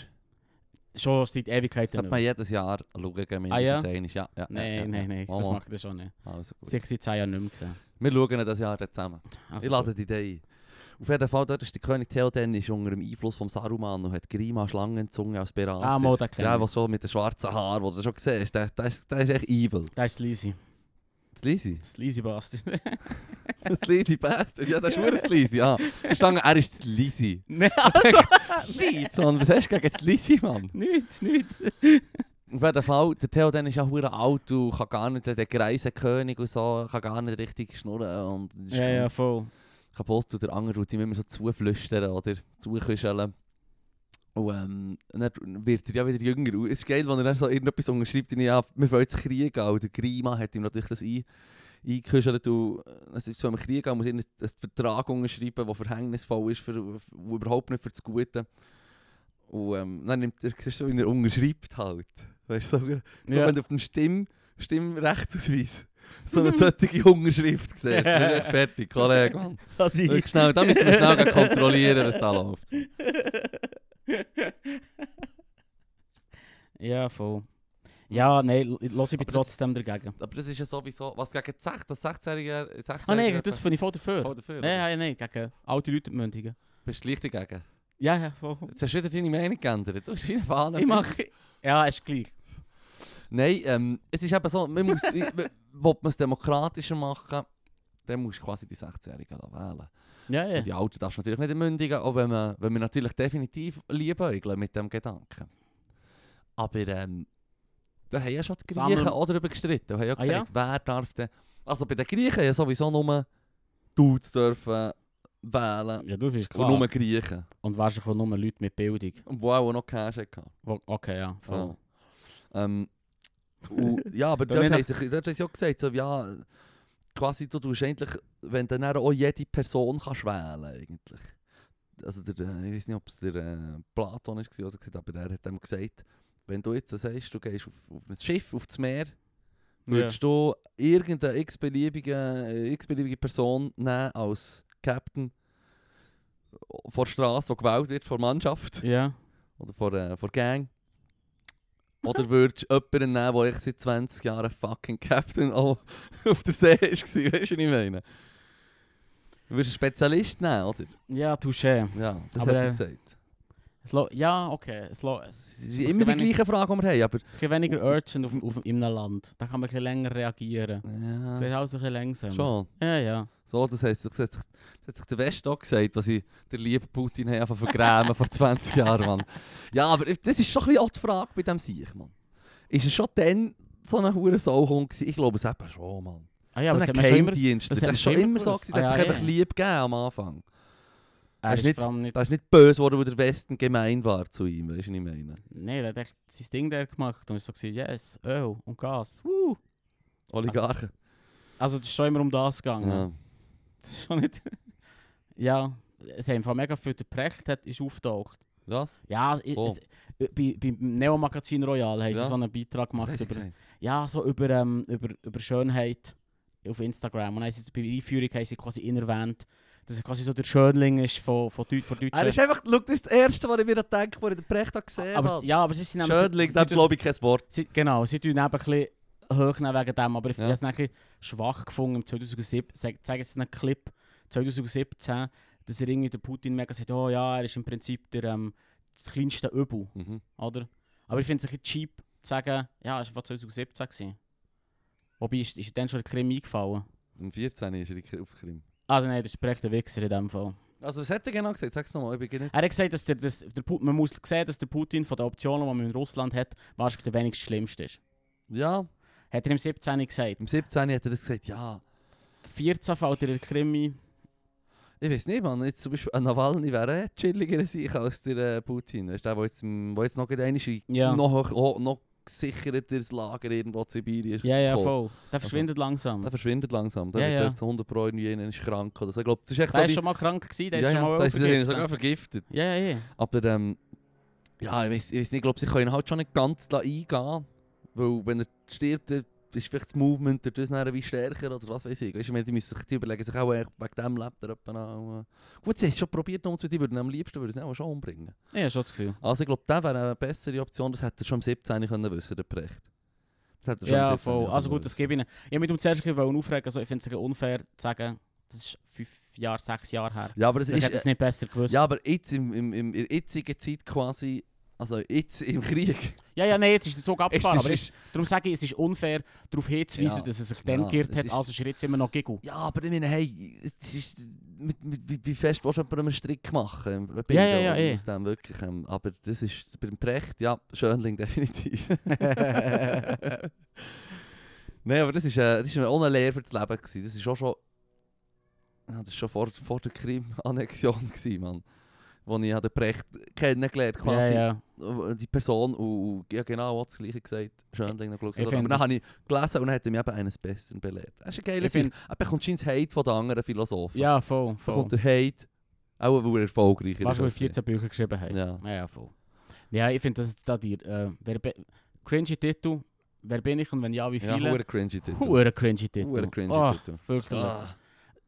Schon seit Ewigkeiten Sollte nicht man mehr. jedes Jahr schauen, mindestens Ah, ja? einmal. Ja, ja, ja, ja, Nein, nein, nein, Mal, das mal. macht er schon nicht. Also gut. Sicher seit 10 Jahren nicht mehr gesehen. Wir schauen ihn das Jahr dann zusammen. Also ich lade die Idee ein. Auf jeden Fall, dort ist der König Theoden ist unter dem Einfluss von Saruman und hat Grima Schlangenzunge als Berater. Ah, mal, den kenn ja, ich. was so mit den schwarzen Haaren, wo du schon siehst, der, der, ist, der ist echt evil. Das ist Sleazy. Das Lisi. Sleazy Bastard. Das Lisi Bastard. Ja, das ist wirklich das Lisi. Ja. Verstanden, er ist das Lisi. Nein, also, Shit, Mann, was hast du gegen das Lisi, Mann? nichts, nichts. Auf jeden Fall, der Theoden ist ja hure alt und kann gar nicht, der Greisenkönig und so, kann gar nicht richtig schnurren und ist Ja, ja, ganz voll. kaputt und der andere tut ihm immer so zuflüstern oder zuküscheln. Und ähm, dann wird er ja wieder jünger. Und es ist geil, wenn er dann so irgendetwas unterschreibt, und ja, wir wollen jetzt Krieg gehen. Und der Grima hat ihm natürlich das ein, eingeküschelt. Und äh, es ist so, wenn wir Krieg gehen, muss er einen einen Vertrag unterschreiben, der verhängnisvoll ist, für, für, überhaupt nicht für das Gute. Und ähm, dann nimmt er, siehst du, wie er unterschreibt halt. Weißt du, so, ja. Ja. wenn du auf dem Stimm, Stimmrechtsausweis so eine solche Unterschrift siehst, dann ist echt fertig, Kollege, Mann. Das Wirklich Schnell, da müssen wir schnell gehen kontrollieren, was da läuft. ja, voll. Ja, nein, lass ich bin Aber das- trotzdem dagegen. Aber das ist ja dus sowieso, was gegen das 16 das 16-Jährige... 16 Ah nein, das bin ich voll dafür. voll dafür. Nein, oder? nein, nein, gegen alte Leute mündigen. Bist du leicht dagegen? Ja, ja, voll. Jetzt hast du wieder deine Meinung geändert. Du hast deine Fahne. Ich mache... Ja, ist gleich. Nein, ähm, es ist eben so, man muss... wie- wie- Will man es demokratischer machen, dann musst du quasi die 16-Jährigen lassen wählen Ja, ja. Und Die Alten darfst du natürlich nicht ermündigen, auch wenn wir, wenn wir natürlich definitiv liebäugeln mit dem Gedanken. Aber ähm, da haben ja schon die Griechen Sammeln- auch darüber gestritten. Da haben ja Ah ja? gesagt, wer darf denn... Also bei den Griechen ja sowieso nur Dudes dürfen wählen. Ja, das ist Und nur Griechen. Und wahrscheinlich auch nur Leute mit Bildung. Und die auch noch Cash hatten. Wo- Okay, ja, voll. Ja. Ähm, und, ja, aber Da dort nicht haben, sie, dort haben sie auch gesagt, so, ja, quasi du tust eigentlich, wenn du dann auch jede Person kannst wählen eigentlich. Also der, äh, ich weiß nicht, ob es der äh, Platon war, was er gesagt hat, aber er hat dem gesagt, wenn du jetzt sagst, du gehst auf, auf ein Schiff, auf das Meer, würdest du irgendeine x-beliebige äh, x-beliebige Person nehmen als Captain vor der Straße, die gewählt wird von der Mannschaft? Ja. Oder vor, äh, vor Gang. Oder würdest du jemanden nehmen, der ich seit 20 Jahren fucking Captain auch auf der See war? Weißt du, was ich meine? Du würdest einen Spezialist nehmen, oder? Ja, touché. Ja, das Aber, hat er äh, gesagt. Es lo- Ja, okay. Es lo- Es es- ist immer die gleiche Frage, die wir haben, aber... Es ist weniger urgent auf, auf, in einem Land. Da kann man ein bisschen länger reagieren. Es Ja, wird alles ein bisschen langsamer. schon. Ja, ja. So, das heisst, das hat sich, das hat sich der West auch gesagt, was ich der liebe Putin habe einfach vergrämen vor 20 Jahren, Mann. Ja, aber das ist schon ein bisschen auch die Frage bei dem Sieg, Mann. Ist er schon dann so ein hoher Sauhund gewesen? Ich glaube es eben schon, Mann. Ah ja, so aber ein das hat man schon immer... Geheimdienst. das Das war hat schon man schon immer immer so. gewusst. Gewesen. Der Ah, hat ja, sich einfach ja. lieb gegeben am Anfang. Er Hast ist nicht- vor allem nicht... Da ist nicht böse geworden, wo der Westen gemein war zu ihm. Weißt du, was ich meine? Nein, er hat echt sein Ding da gemacht und ist so gewesen, yes, oh, Öl und Gas. Uh. Oligarchen. Also es ist schon immer um das gegangen. Ja. Das ist schon nicht... ja, es haben im Fall mega viel der Precht hat, ist aufgetaucht. Was? Ja, es- Oh. es, bei, beim Neo-Magazin Royal haben Ja. sie so einen Beitrag gemacht Weiss ich über... nicht. Ja, so über, ähm, über, über Schönheit auf Instagram. Und dann haben sie jetzt bei der Einführung haben sie quasi ihn erwähnt, dass er quasi so der Schönling ist von, von, Deut von Er Deutschland. ist einfach, schau, das ist das Erste, was ich mir denke, wo ich den Precht da gesehen Aber, habe. s- Ah, ja, aber sie sind Schönling, dus- da glaube ich kein Wort. Sie, genau, sie tun eben ein bisschen hochnehmen wegen dem, aber ich Ja. habe es dann ein bisschen schwach gefunden im 2017, sag- sagen sie einen Clip 2017, dass er irgendwie der Putin mega sagt, oh ja, er ist im Prinzip der, ähm, das kleinste Übel, Mhm. oder? Aber ich finde es ein bisschen cheap zu sagen, ja, es war 2017 gewesen. Wobei, ist, ist dann schon der Krim eingefallen? Ah, Um 14 ist er in Kri- auf Krim. Also nein, das ist der Brecht der Wichser in dem Fall. Also, was hat er genau gesagt? Sag es nochmal, ich bin nicht. Er hat gesagt, dass der, dass der Pu- man muss sehen, dass der Putin von den Optionen, die man in Russland hat, wahrscheinlich der wenigst schlimmste ist. Ja, Hat er im 17. gesagt. im 17. hat er das gesagt, ja. 14 fällt er in der Krimi. Ich weiß nicht, man. Jetzt zum Beispiel ein Nawalny wäre eh chilliger sich als der äh, Putin. Weißt du, der, der jetzt, im- der jetzt noch gerade einmal in- Ja. noch, hoch- oh, noch gesicherteres Lager irgendwo in Sibirien ist. Ja, ja, gekommen. voll. Der verschwindet langsam. Der verschwindet langsam. Der Ja, wird ja. ja. 100 Pro irgendwie in einen Schrank oder so. Ich glaube, das ist echt Der ist so schon mal krank gewesen, der ja, ist schon ja, mal das ist vergiftet. sogar vergiftet. Ja, ja, ja. Aber ähm, ja, ich weiß, ich weiß nicht, ich glaube, sie können halt schon nicht ganz la- eingehen. Weil wenn er stirbt, dann ist vielleicht das Movement durch das nachher wie stärker oder was weiß ich. Weißt du, ich meine, die müssen sich die überlegen, sich auch echt, wegen dem lebt er etwa noch. äh. Gut, sie haben es schon probiert, um zu die würden ihn am liebsten würden sie ihn auch schon umbringen. Ich habe schon das Gefühl. Also ich glaube, das wäre eine bessere Option, das hätte er schon im 17 können wissen, der Precht. Das hätte er schon im Ja, 17 voll. können Also gut, das wissen. gebe ich Ihnen. Ich wollte mich darum zuerst ein bisschen aufregen, also ich finde es unfair zu sagen, das ist fünf Jahre, sechs Jahre her. Ja, aber das Ich ist... hätte es nicht besser gewusst. Ja, aber jetzt im, im, im, in der jetzigen Zeit quasi, also jetzt im Krieg, ja, ja, nein, jetzt ist der Zug ist, abgefahren. ist, aber ist, ist, darum sage ich, es ist unfair, darauf hinzuweisen, Ja. dass er sich dann Ja, geirrt es hat, ist- also ist er jetzt immer noch Giggle. ja, aber ich meine, hey, jetzt ist, mit, mit, wie- wie fest willst du jemandem einen Strick machen? Ein Bild Ja, ja, ja, aus eh. dem wirklich. ähm, Aber das ist beim Precht, ja, Schönling definitiv. Nein, aber das ist, äh, das ist auch eine Lehre für das Leben. Gewesen. Das ist auch schon, ja, das ist schon vor, vor der Krim-Annexion, gewesen, Mann. Wo ich den Precht kennengelernt habe, quasi. Ja, ja. eh, die Person und, und ja genau auch das gleiche gesagt. Schönling noch Glück. Ich Aber finde- dann habe ich gelesen und dann hat er mich eben eines Besseren belehrt. Das ist ein geiler Ich finde- Sinn. Er bekommt scheinbar Hate von den anderen Philosophen. ja, voll. Er voll. bekommt der Hate, auch weil er erfolgreicher Weißt du, weil als sie. 14 Bücher geschrieben haben? Ja. Ja, ja, voll. Ja, ich finde, das ist da dir. Äh, wer be- cringy Titel, wer bin ich und wenn ja, wie Ja, viele? verdammt cringy Titel. Huere cringy Titel. Huere cringy Ah, Titel. Fürchterlich. Ah.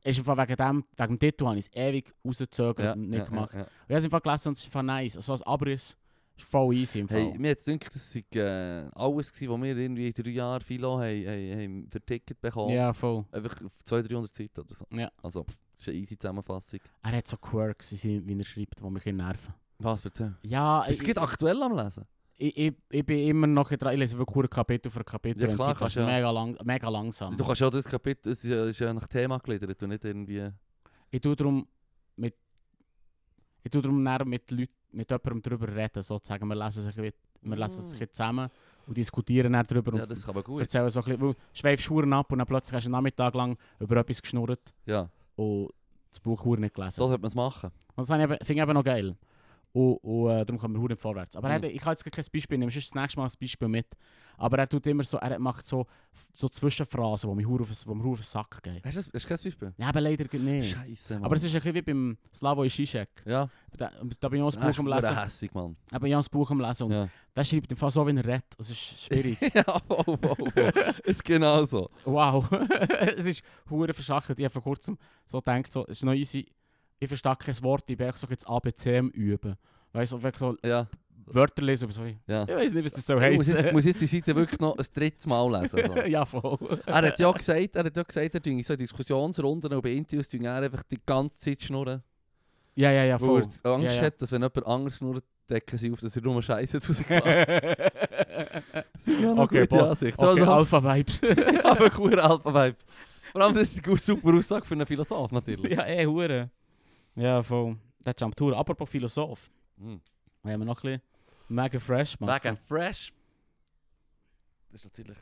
Ist im Fall wegen dem, wegen dem Titel habe ich es ewig rausgezögert Ja, und nicht ja, gemacht. ja, ja. Ich habe es im Fall gelesen und es ist voll nice. Also als Abriss ist voll easy im Fall. Hey, mir jetzt gedacht, das sei äh, alles gewesen, was wir irgendwie in drei Jahren Philo haben, haben, haben für Ticket bekommen. ja, voll. Einfach auf 200, 300 Seiten oder so. Ja. Also, pff, das ist eine easy Zusammenfassung. Er hat so Quirks, in seinem- wie er schreibt, die mich ein bisschen nerven. Was, erzähl. Ja, Es ich- geht aktuell am Lesen. Ich, ich, ich bin immer noch dran, ich lese wirklich nur Kapitel für Kapitel. Ja, und klar, sie kannst geht ja. mega, lang, mega langsam. Du kannst ja das Kapitel, es ist ja, ist ja nach Thema gegliedert und nicht irgendwie... Ich tue darum mit, ich tue darum nachher mit Leuten, mit jemandem darüber reden, sozusagen. Wir lesen sich, wie- wir Mm. lesen sich zusammen und diskutieren dann darüber Ja, und das ist aber gut. erzählen so ein bisschen. Weil du schweifst Schuhen ab und dann plötzlich hast du einen Nachmittag lang über etwas geschnurrt Ja, und das Buch Huren nicht gelesen. so sollte man es machen. Und das habe ich eben- finde ich eben noch geil. Und, und äh, darum kommen wir verdammt vorwärts. Aber er Mhm. hat- ich kann jetzt gar kein Beispiel nehmen, sonst das nächste Mal ein Beispiel mit. Aber er tut immer so, er macht so, so Zwischenphrasen, die mir verdammt auf, den- die mir verdammt auf den Sack gehen. Hast du, das, hast du kein Beispiel? Ja, aber leider geht nicht. Scheiße, Mann. Aber es ist ein bisschen wie beim Slavoj Žižek. Ja, Da, da bin ich auch ein Ah, Buch am ist Lesen. verdammt hässig, Mann. Da bin ich auch ein Buch am Lesen. Und Ja, der schreibt im Fall so, wie er redet. Es ist schwierig. ja wow, wow, wow. ist genau so. wow. es ist hure verschachtelt. Ich habe vor kurzem so gedacht, so, es ist noch easy. Ich verstehe kein Wort. Ich bin echt so jetzt ABC am Üben. Weißt du, wenn ich so Ja, Wörter lese, aber so, ich ja. weiß nicht, was das so Ich muss jetzt, heisst. muss jetzt die Seite wirklich noch ein drittes Mal lesen. So. ja, voll. Er hat ja auch gesagt, er hat ja gesagt, er tue so in Diskussionsrunden und bei Interviews tue er einfach die ganze Zeit schnurren. Ja, ja, ja, Weil voll. er Angst ja, ja. hat, dass wenn jemand anders schnurrt, decken sie auf, dass er nur Scheiße rauskommt. okay, ja, Okay, okay, boah. gute Ansicht. Also, Alpha-Vibes. Aber coole Alpha-Vibes. Vor allem, das ist eine super Aussage für einen Philosoph natürlich. ja, eh, hure. Ja, voll. Das ist am Tour. Apropos Philosoph. Mm. Wir haben noch ein bisschen mega fresh, Mann. Mega fresh. Das ist natürlich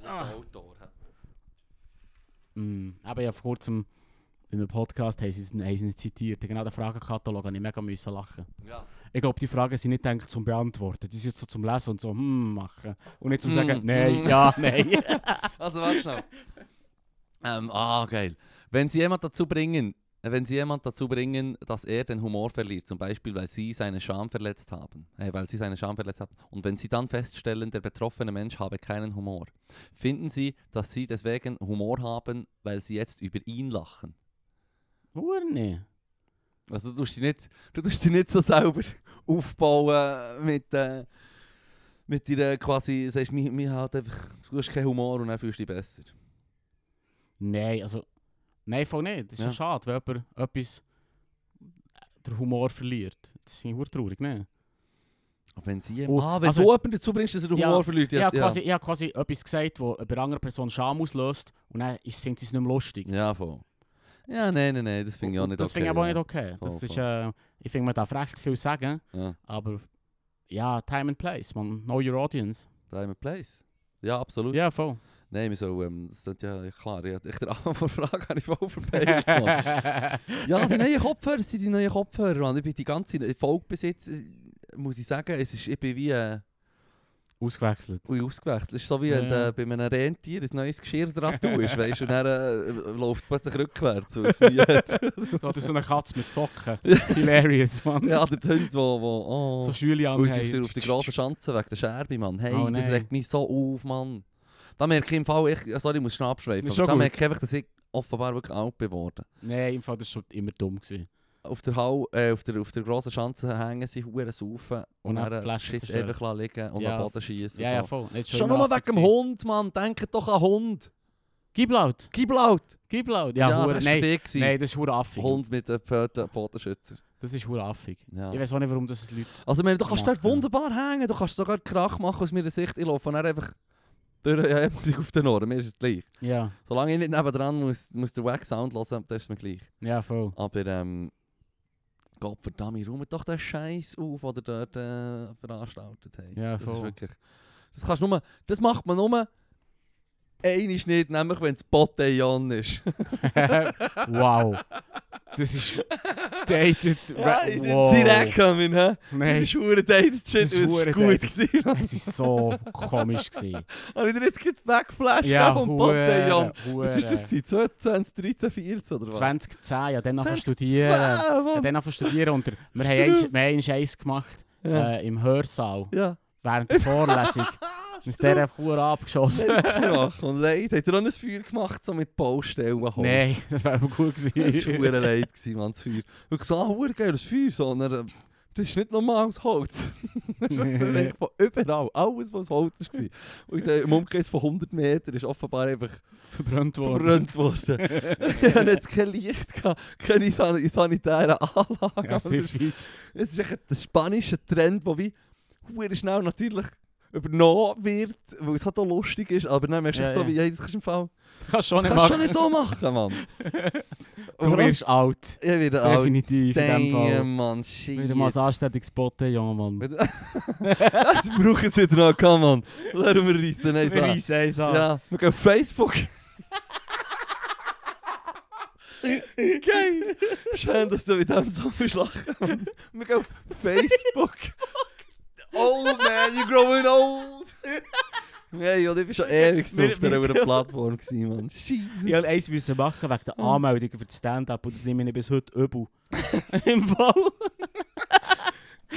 ein Ah. guter Autor. hä? Mm, aber ja, vor kurzem in einem Podcast haben sie es haben sie nicht zitiert. Genau der Fragenkatalog habe ich mega müssen lachen. Ja. Ich glaube, die Fragen sind nicht denkt zum Beantworten. Die sind so zum Lesen und so, hm, machen. Und nicht zum Mm, Sagen, nein, mm. ja, nein. Also, warte schnell. ähm, ah, geil. Wenn sie jemand dazu bringen, wenn sie jemand dazu bringen, dass er den Humor verliert, zum Beispiel, weil sie seine Scham verletzt haben, äh, weil sie seine Scham verletzt haben, und wenn sie dann feststellen, der betroffene Mensch habe keinen Humor, finden sie, dass sie deswegen Humor haben, weil sie jetzt über ihn lachen. Hure nicht. Also du tust dich nicht, du tust dich nicht so selber aufbauen mit, äh, mit deiner quasi, sagst, mir, mir halt einfach, du hast keinen Humor und dann fühlst du dich besser. Nein, also. Nein, voll nicht. Das ist ja. Ja. schade, wenn jemand etwas. der Humor verliert. Das ist nicht traurig, ne? Aber wenn sie Oh, ah, wenn also- du jemanden dazu bringst, dass er den Ja, Humor verliert, Ich habe quasi, ich hab quasi etwas gesagt, das bei einer anderen Person Scham auslöst und dann ist- findet sie es nicht mehr lustig. Ja, voll. Ja, nein, nein, nein, das finde ich auch Und nicht das okay. finde ich aber auch nicht ja. okay. Das Voll, ist, voll. äh, ich finde, man darf recht viel sagen, Ja. aber ja, Time and Place, man. Know your audience. Time and place. Ja, absolut. Ja, voll. Nein, wir so, ähm, das ist ja klar, ich echt der Anfang der Frage habe ich voll verpeilt, Mann. Ja, die neuen Kopfhörer sind die neuen Kopfhörer, Mann. Ich bin die ganze Folge bis jetzt, äh, muss ich sagen, es ist, ich bin wie äh, Ausgewechselt. ui, ausgewechselt. Es ist so wie Ja, wenn, ja. äh, bei einem Rentier ein neues Geschirr dran tust, weißt du, und dann äh, läuft es plötzlich rückwärts, weil es müde Oder so eine Katze mit Socken. Hilarious, Mann. Ja, der Hund, wo, wo oh. So Julian Weil sie auf der, auf der grossen Schanze wegen der Scherbe, Mann. Hey, Oh, das nein. regt mich so auf, Mann. Da merke ich im Fall, ich, ja, sorry, ich muss schnell abschweifen, Ist aber schon da gut. merke ich einfach, dass ich offenbar wirklich alt bin worden. Nein, im Fall, das war schon immer dumm. Gewesen. Auf der, Hall, äh, auf der, auf der grossen Schanze hängen sie Huren saufen und, und Und dann dann Flaschen Shit zerstören. einfach lassen liegen und Ja, am Boden schießen. Ja, ja, so. voll. Nicht Schon immer nur affig wegen dem gewesen. Hund, Mann. Denkt doch an Hund. Gib laut, Gib laut. gib laut. Ja, das war hure- für nein, dich. gewesen. nein, das ist hure affig. Hund mit dem Pfoten- Pfotenschützer. Das ist hure affig. Ja. Ich weiß auch nicht, warum das Leute... Also, ich meine, du kannst dort Machen. wunderbar hängen, du kannst sogar Krach machen aus meiner Sicht. Ich laufe und dann einfach durch ja, ich hab Musik auf den Ohren, mir ist es gleich. Ja, Solange ich nicht nebendran muss, muss der Wack Sound hören, dann ist es mir gleich. ja, voll. Aber ähm, Gottverdammt, räumt doch den Scheiß auf, den ihr dort äh, veranstaltet habt. Ja, das ist voll. wirklich. Das kannst du nur, das macht man nur einen Schnitt, nämlich wenn es Botellon ist. wow. Das ist dated... ja, ra- ich wow. wow. direkt coming, hä? Das Nein, ist hure dated shit, Das ist das war hure gut dated. gewesen. Mann. es ist so komisch gewesen. Habe ich dir jetzt gerade weggeflasht Ja, eh, ja, vom hure, Botellon? Was ist hure. das? gewesen? 2012, 13, 14 oder was? 2010, ja, dann anfangen 2010, studieren. Ja, Mann. dann anfangen studieren und der, wir haben eins- wir haben einen Scheiß gemacht Ja. äh, im Hörsaal Ja. während Dus der Vorlesung. Ist der einfach hure abgeschossen. machen. Und leid. Hat er auch ein Feuer gemacht, so mit Baustellen und Holz? Nein, das wäre aber gut Das war gewesen. verdammt leid, gewesen, Mann, das Feuer. Und ich so, ah, verdammt geiles Feuer, sondern das ist nicht normales Holz. Das ist wirklich von überall, alles was Holz war. Und der- im Umkreis von 100 Metern ist offenbar einfach Verbrannt worden. verbrannt worden. ich hatte jetzt kein Licht, gehabt, keine san sanitären Anlagen. Ja, Also, es ist- sicher. es ist echt der spanische Trend, der wie verdammt schnell natürlich übernommen wird, weil es halt auch lustig ist, aber dann merkst du Ja, echt so, ja. wie, hey, das kannst du im Fall Das kannst du schon nicht Kannst du machen. nicht so machen, Mann. Du wirst alt. Ich werde alt. Definitiv in dem Fall. Damn, Mann, Wieder mal ein shit. anständiges Botellon, Mann. Wieder- Das brauchen sie wieder noch, komm, Mann. Lassen wir reissen, nein, Wir so. reissen eins an. Ja, wir gehen auf Facebook. Geil. Schön, dass du mit dem so musst lachen Mann. Wir gehen auf Facebook. old man, you're growing old. Nein, Jod, ich war schon ewig so Wir- auf dieser wir- hohen Plattform, gewesen, Mann. Jesus. Ich musste eins müssen machen wegen Oh. der Anmeldung für das Stand-Up und das nehme ich bis heute übel. Im Fall.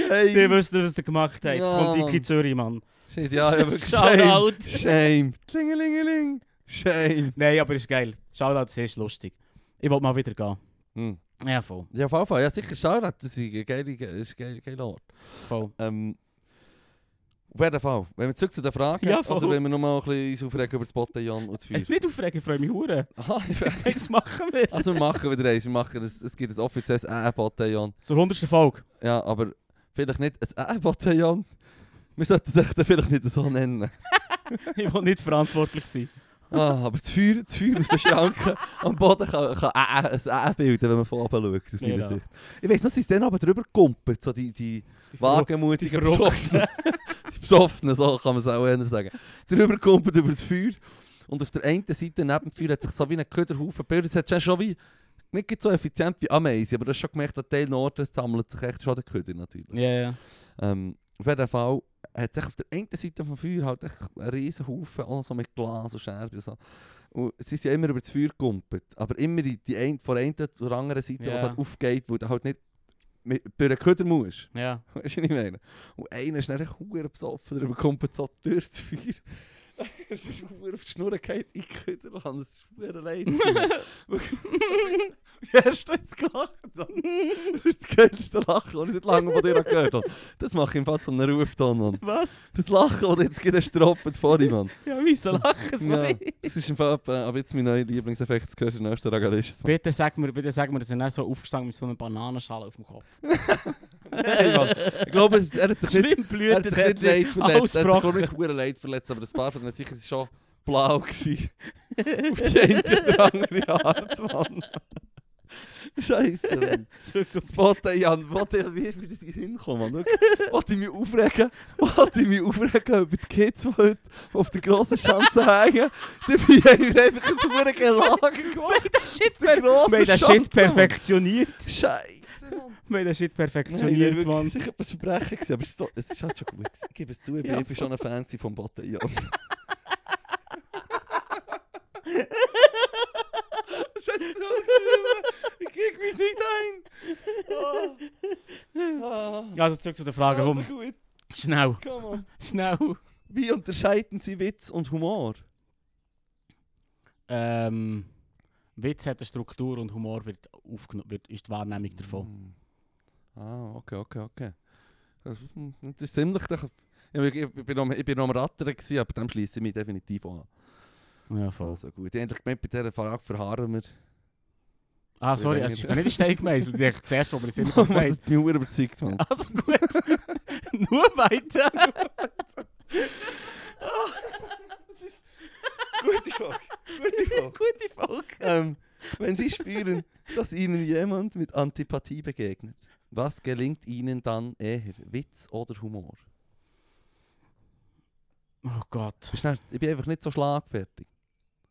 Geil. Die wüssten, was ihr gemacht habt. Ja, Kommt Mann. in Zürich, Mann. Shit, ja, ja, wirklich. Shame. Shoutout. Shame. Klingelingeling. Shame. Nein, aber ist geil. Shoutout, das ist lustig. Ich wollte mal wieder gehen. Hm. Ja, voll. Ja, auf jeden Fall. Ja, sicher. Shoutout, das ist ein geiler, ist ein geiler, geiler Ort. voll. Ähm, auf jeden Fall. Wenn wir zurück zu der Frage, Ja, voll. oder wenn wir nochmal ein bisschen uns aufregen über das Botellon und das Feuer. Nicht aufregen, ich freue mich hure. Aha, ich weiß. Jetzt machen wir. also wir machen wieder eins. Wir machen, es, es gibt ein offizielles Ä-Botellon. Zur 100. Folge. Ja, aber vielleicht nicht ein Ä-Botellon. Wir sollten es echt vielleicht nicht so nennen. Ich will nicht verantwortlich sein. Ah, aber das Feuer, das Feuer aus der Schranke am Boden kann, kann Ä- Ä- ein Ä bilden, wenn man von oben schaut, aus meiner Genau. Sicht. Ich weiss noch, sie sind dann aber drüber gekumpelt, so die, die Die wagemutigen, die Verrückten. besoffenen, die besoffenen, so kann man es auch eher sagen, drüber gekumpelt über das Feuer und auf der einen Seite neben dem Feuer hat sich so wie ein Köderhaufen gebildet, es hat schon- schon wie, nicht ganz so effizient wie Ameisen, aber du hast schon gemerkt, an Teilen Orten sammelt sich echt schon der Köder natürlich. Ja, ja. Ähm, auf jeden Fall hat sich auf der einen Seite vom Feuer halt echt einen riesen Haufen, auch so mit Glas und Scherben und so. Und sie sind ja immer über das Feuer gekumpelt, aber immer die, die ein, von der einen zur anderen Seite, Ja. was halt aufgeht, wo du halt nicht mit, durch den Köder musst. Ja. Weißt du, was ich meine? Und einer ist dann echt verdammt besoffen, darüber kommt so durch das Feuer. Es ist verdammt auf die Schnur gefallen, in den Köder an, es ist verdammt leid. gewesen. Wie hast du jetzt gelacht? Mann? Das ist das geilste Lachen, das ich seit langem von dir noch gehört habe. Das mache ich im Fall zu einem Rufton, Mann. Was? Das Lachen, das du jetzt gerade stroppt vorhin, Mann. Ja, wieso lachen Ja, das ist im Fall etwa- aber jetzt mein neuer Lieblingseffekt, das gehört in der nächsten Ragalist. Bitte sag mir, bitte sag mir, dass er nicht so aufgestanden mit so einer Bananenschale auf dem Kopf. Nein, Mann. Ich glaube, es- er hat sich nicht Schlimm Er hat sich blühtet nicht leid verletzt. Er hat sich auch ausgebrochen. nicht hure leid verletzt, aber das paar von ihnen sicher ist schon blau gewesen. Auf die eine oder andere Art, Mann. Scheiße, Mann. Zurück zum- Spotte, Jan, wat eh, wie wir für das hinkommen? Wollte ich mich aufregen? Wollte ich mich aufregen über die Kids, die heute auf der grossen Schanze hängen? Dabei haben wir einfach ein verdammtes Gelager gemacht. Das Shit, Der grosse wir haben den Schanze, Shit perfektioniert. Mann. Scheisse, Mann. Wir haben den Nein, Shit wir perfektioniert, waren Mann. wirklich sicher etwas Verbrechen gewesen, aber es ist so- es ist halt schon gut gewesen. Ich gebe es zu, ich bin Ja, einfach schon ein Fan von Botte, Jan. Scheiße, ich krieg mich nicht ein. Ah. Ah. Ja, also zurück zu der Frage, Also warum? gut, Schnell, come on. schnell. Wie unterscheiden Sie Witz und Humor? Ähm, Witz hat eine Struktur und Humor wird aufgenommen, wird, ist die Wahrnehmung davon. Hm. Ah, okay, okay, okay. Das, hm, das ist ziemlich. Ich, ich, ich bin am- ich bin am Rattern, gewesen, aber dem schließe ich mich definitiv an. Ja, voll. Also gut, endlich gemeint, bei dieser Frage verharren wir. Ah, sorry, Wir es ist werden- nicht ein Stein gemeißelt. Ich dachte zuerst, wo wir es immer Was gesagt hat mich verdammt überzeugt, Mann. Also gut. Nur weiter. Gute Frage. Gute Frage. Gute Folge. ähm, wenn Sie spüren, dass Ihnen jemand mit Antipathie begegnet, was gelingt Ihnen dann eher? Witz oder Humor? Oh Gott. Bist du nicht- Ich bin einfach nicht so schlagfertig.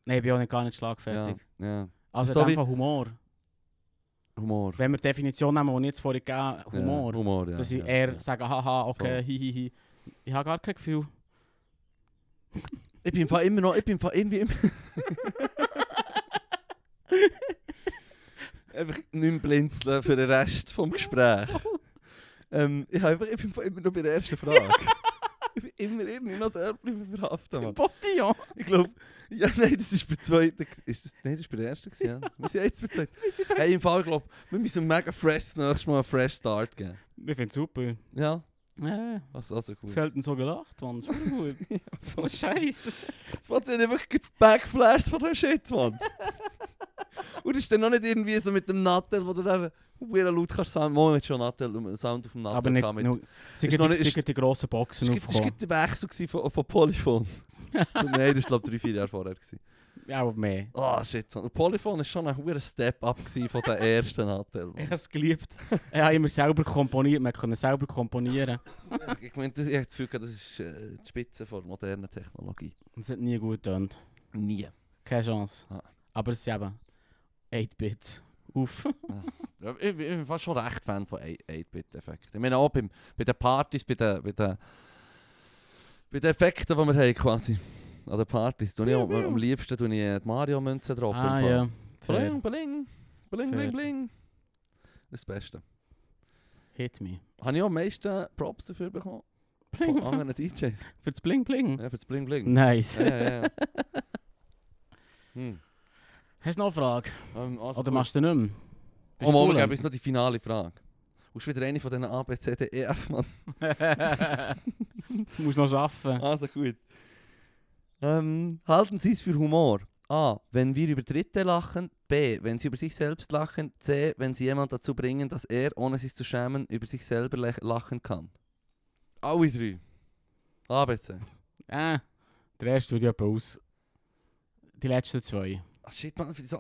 Nein, ich bin auch nicht, gar nicht schlagfertig. Ja, ja. Also So in dem wie- Fall Humor. Humor. Wenn wir die Definition nehmen, die ich jetzt vorhin gegeben habe, Humor. Dus Ja, Humor, ja. dass ja, ich eher ja. sage, haha, okay, Voll. hihihi. Ich habe gar kein Gefühl. Ich bin im Fall immer noch, ich bin im Fall irgendwie immer... einfach nicht mehr blinzeln für den Rest vom Gespräch. ähm, ich, habe einfach, ich bin im Fall immer noch bei der ersten Frage. ich bin immer irgendwie noch der bleiben verhaftet, Mann. Bottillon. Ich glaube... Ja, nein, das ist bei der zweiten... gewesen. Ist das, nein, das ist bei der ersten. gewesen, Ja. Wir sind jetzt bei der zweiten. Hey, im Fall, ich glaube, wir müssen mega fresh das nächste Mal einen fresh Start geben. Ich finde es super. Ja, Äh, also, also gut. selten so gelacht, Mann. Ist schon gut. so scheiße. Das war dann wirklich Backflash von dem Shit, Mann. Und das ist dann noch nicht irgendwie so mit dem Nattel, wo du dann wieder laut kannst sagen, Moment schon Nattel, Sound auf dem Nattel Aber nicht kann mit. genug. Sie Ist sind noch die, nicht- sind die grossen Boxen Das war- das war aufgekommen. der Wechsel gewesen von, von Polyphon. Nein, das war glaube ich drei, vier Jahre vorher. gewesen. Ja, aber mehr. Ah, shit, Mann. Und Polyphon war schon ein hoher Step-Up gewesen von der ersten Nattel, Ich Mann. habe es geliebt. ich habe immer selber komponiert. Man konnte selber komponieren. Ich meine, das- ich habe das Gefühl, gehabt, das ist äh, die Spitze der modernen Technologie. Und es hat nie gut getönt. Nie. Keine Chance. Ah. Aber es ist eben 8-Bit. Uff. Ja, ich, bin- ich bin fast schon recht Fan von 8- 8-Bit-Effekten. Ich meine auch beim, bei den Partys, bei den, bei den, bei den Effekten, die wir haben quasi. An den Partys. Tu ich Piu, am, piu. am liebsten tu ich äh, die Mario-Münze drauf. Ah ja. Fair. Bling, bling, bling, Fair. bling, bling. Das Beste. Hit me. Habe ich auch am meisten Props dafür bekommen? Von Bling. Hm. anderen DJs. Für das Bling Bling. Ja, für das Bling, bling. Nice. Ja, ja, ja. ja. Hm. Hast du noch eine Frage? Ähm, also Oder gut. machst du nicht mehr? Oh, morgen voll? gibt es noch die finale Frage. Du bist wieder eine von diesen A, B, C, D, E, F, Mann. das musst du noch schaffen. Also gut. Ähm, halten Sie es für Humor? A. Wenn wir über Dritte lachen. B. Wenn Sie über sich selbst lachen. C. Wenn Sie jemand dazu bringen, dass er, ohne sich zu schämen, über sich selber lach- lachen kann. Alle drei. A, B, C. Äh, der erste würde ich etwa aus. Die letzten zwei. Ah, shit, man. Weißt du,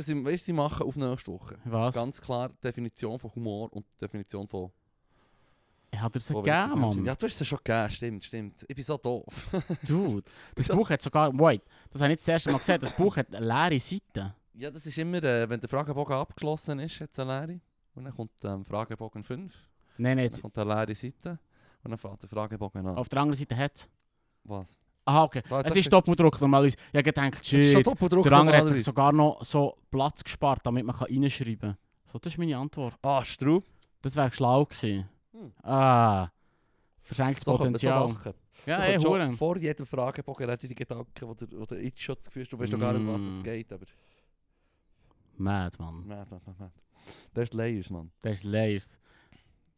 was ich- weisst, Sie machen auf nächste Woche? Was? Ganz klar Definition von Humor und Definition von... Ich hab dir sie von gegeben, Witzigkeit. Mann. Ja, du hast es schon gegeben, stimmt, stimmt. Ich bin so doof. Dude, das Buch hat sogar. Wait, das habe ich nicht das erste Mal gesagt. Das Buch hat eine leere Seite. Ja, das ist immer, äh, wenn der Fragebogen abgeschlossen ist, jetzt eine leere. Und dann kommt ähm, Fragebogen 5. Nein, nein, Dann jetzt, kommt eine leere Seite und dann fährt der Fragebogen an. auf der anderen Seite hat Was? Aha, okay. Da- Es das ist Doppeldruck normalerweise. Ich habe gedacht, Das ist schon shit. Doppeldruck Der andere hat normalerweise. sich sogar noch so Platz gespart, damit man kann reinschreiben kann. So, das ist meine Antwort. Ah, Straub. Das wäre schlau gewesen. Hm. Ah. Verschenktes So kann man so Potenzial. lachen. ja, Du ey, kannst schon Huren. Vor jedem Fragebogen hat die Gedanken, wo du, wo du jetzt schon das Gefühl hast, du weißt noch gar nicht, um was es Mm. geht. Aber Mad, Mann. mad, mad, mad, mad. Das ist Layers, Mann. Das ist leist.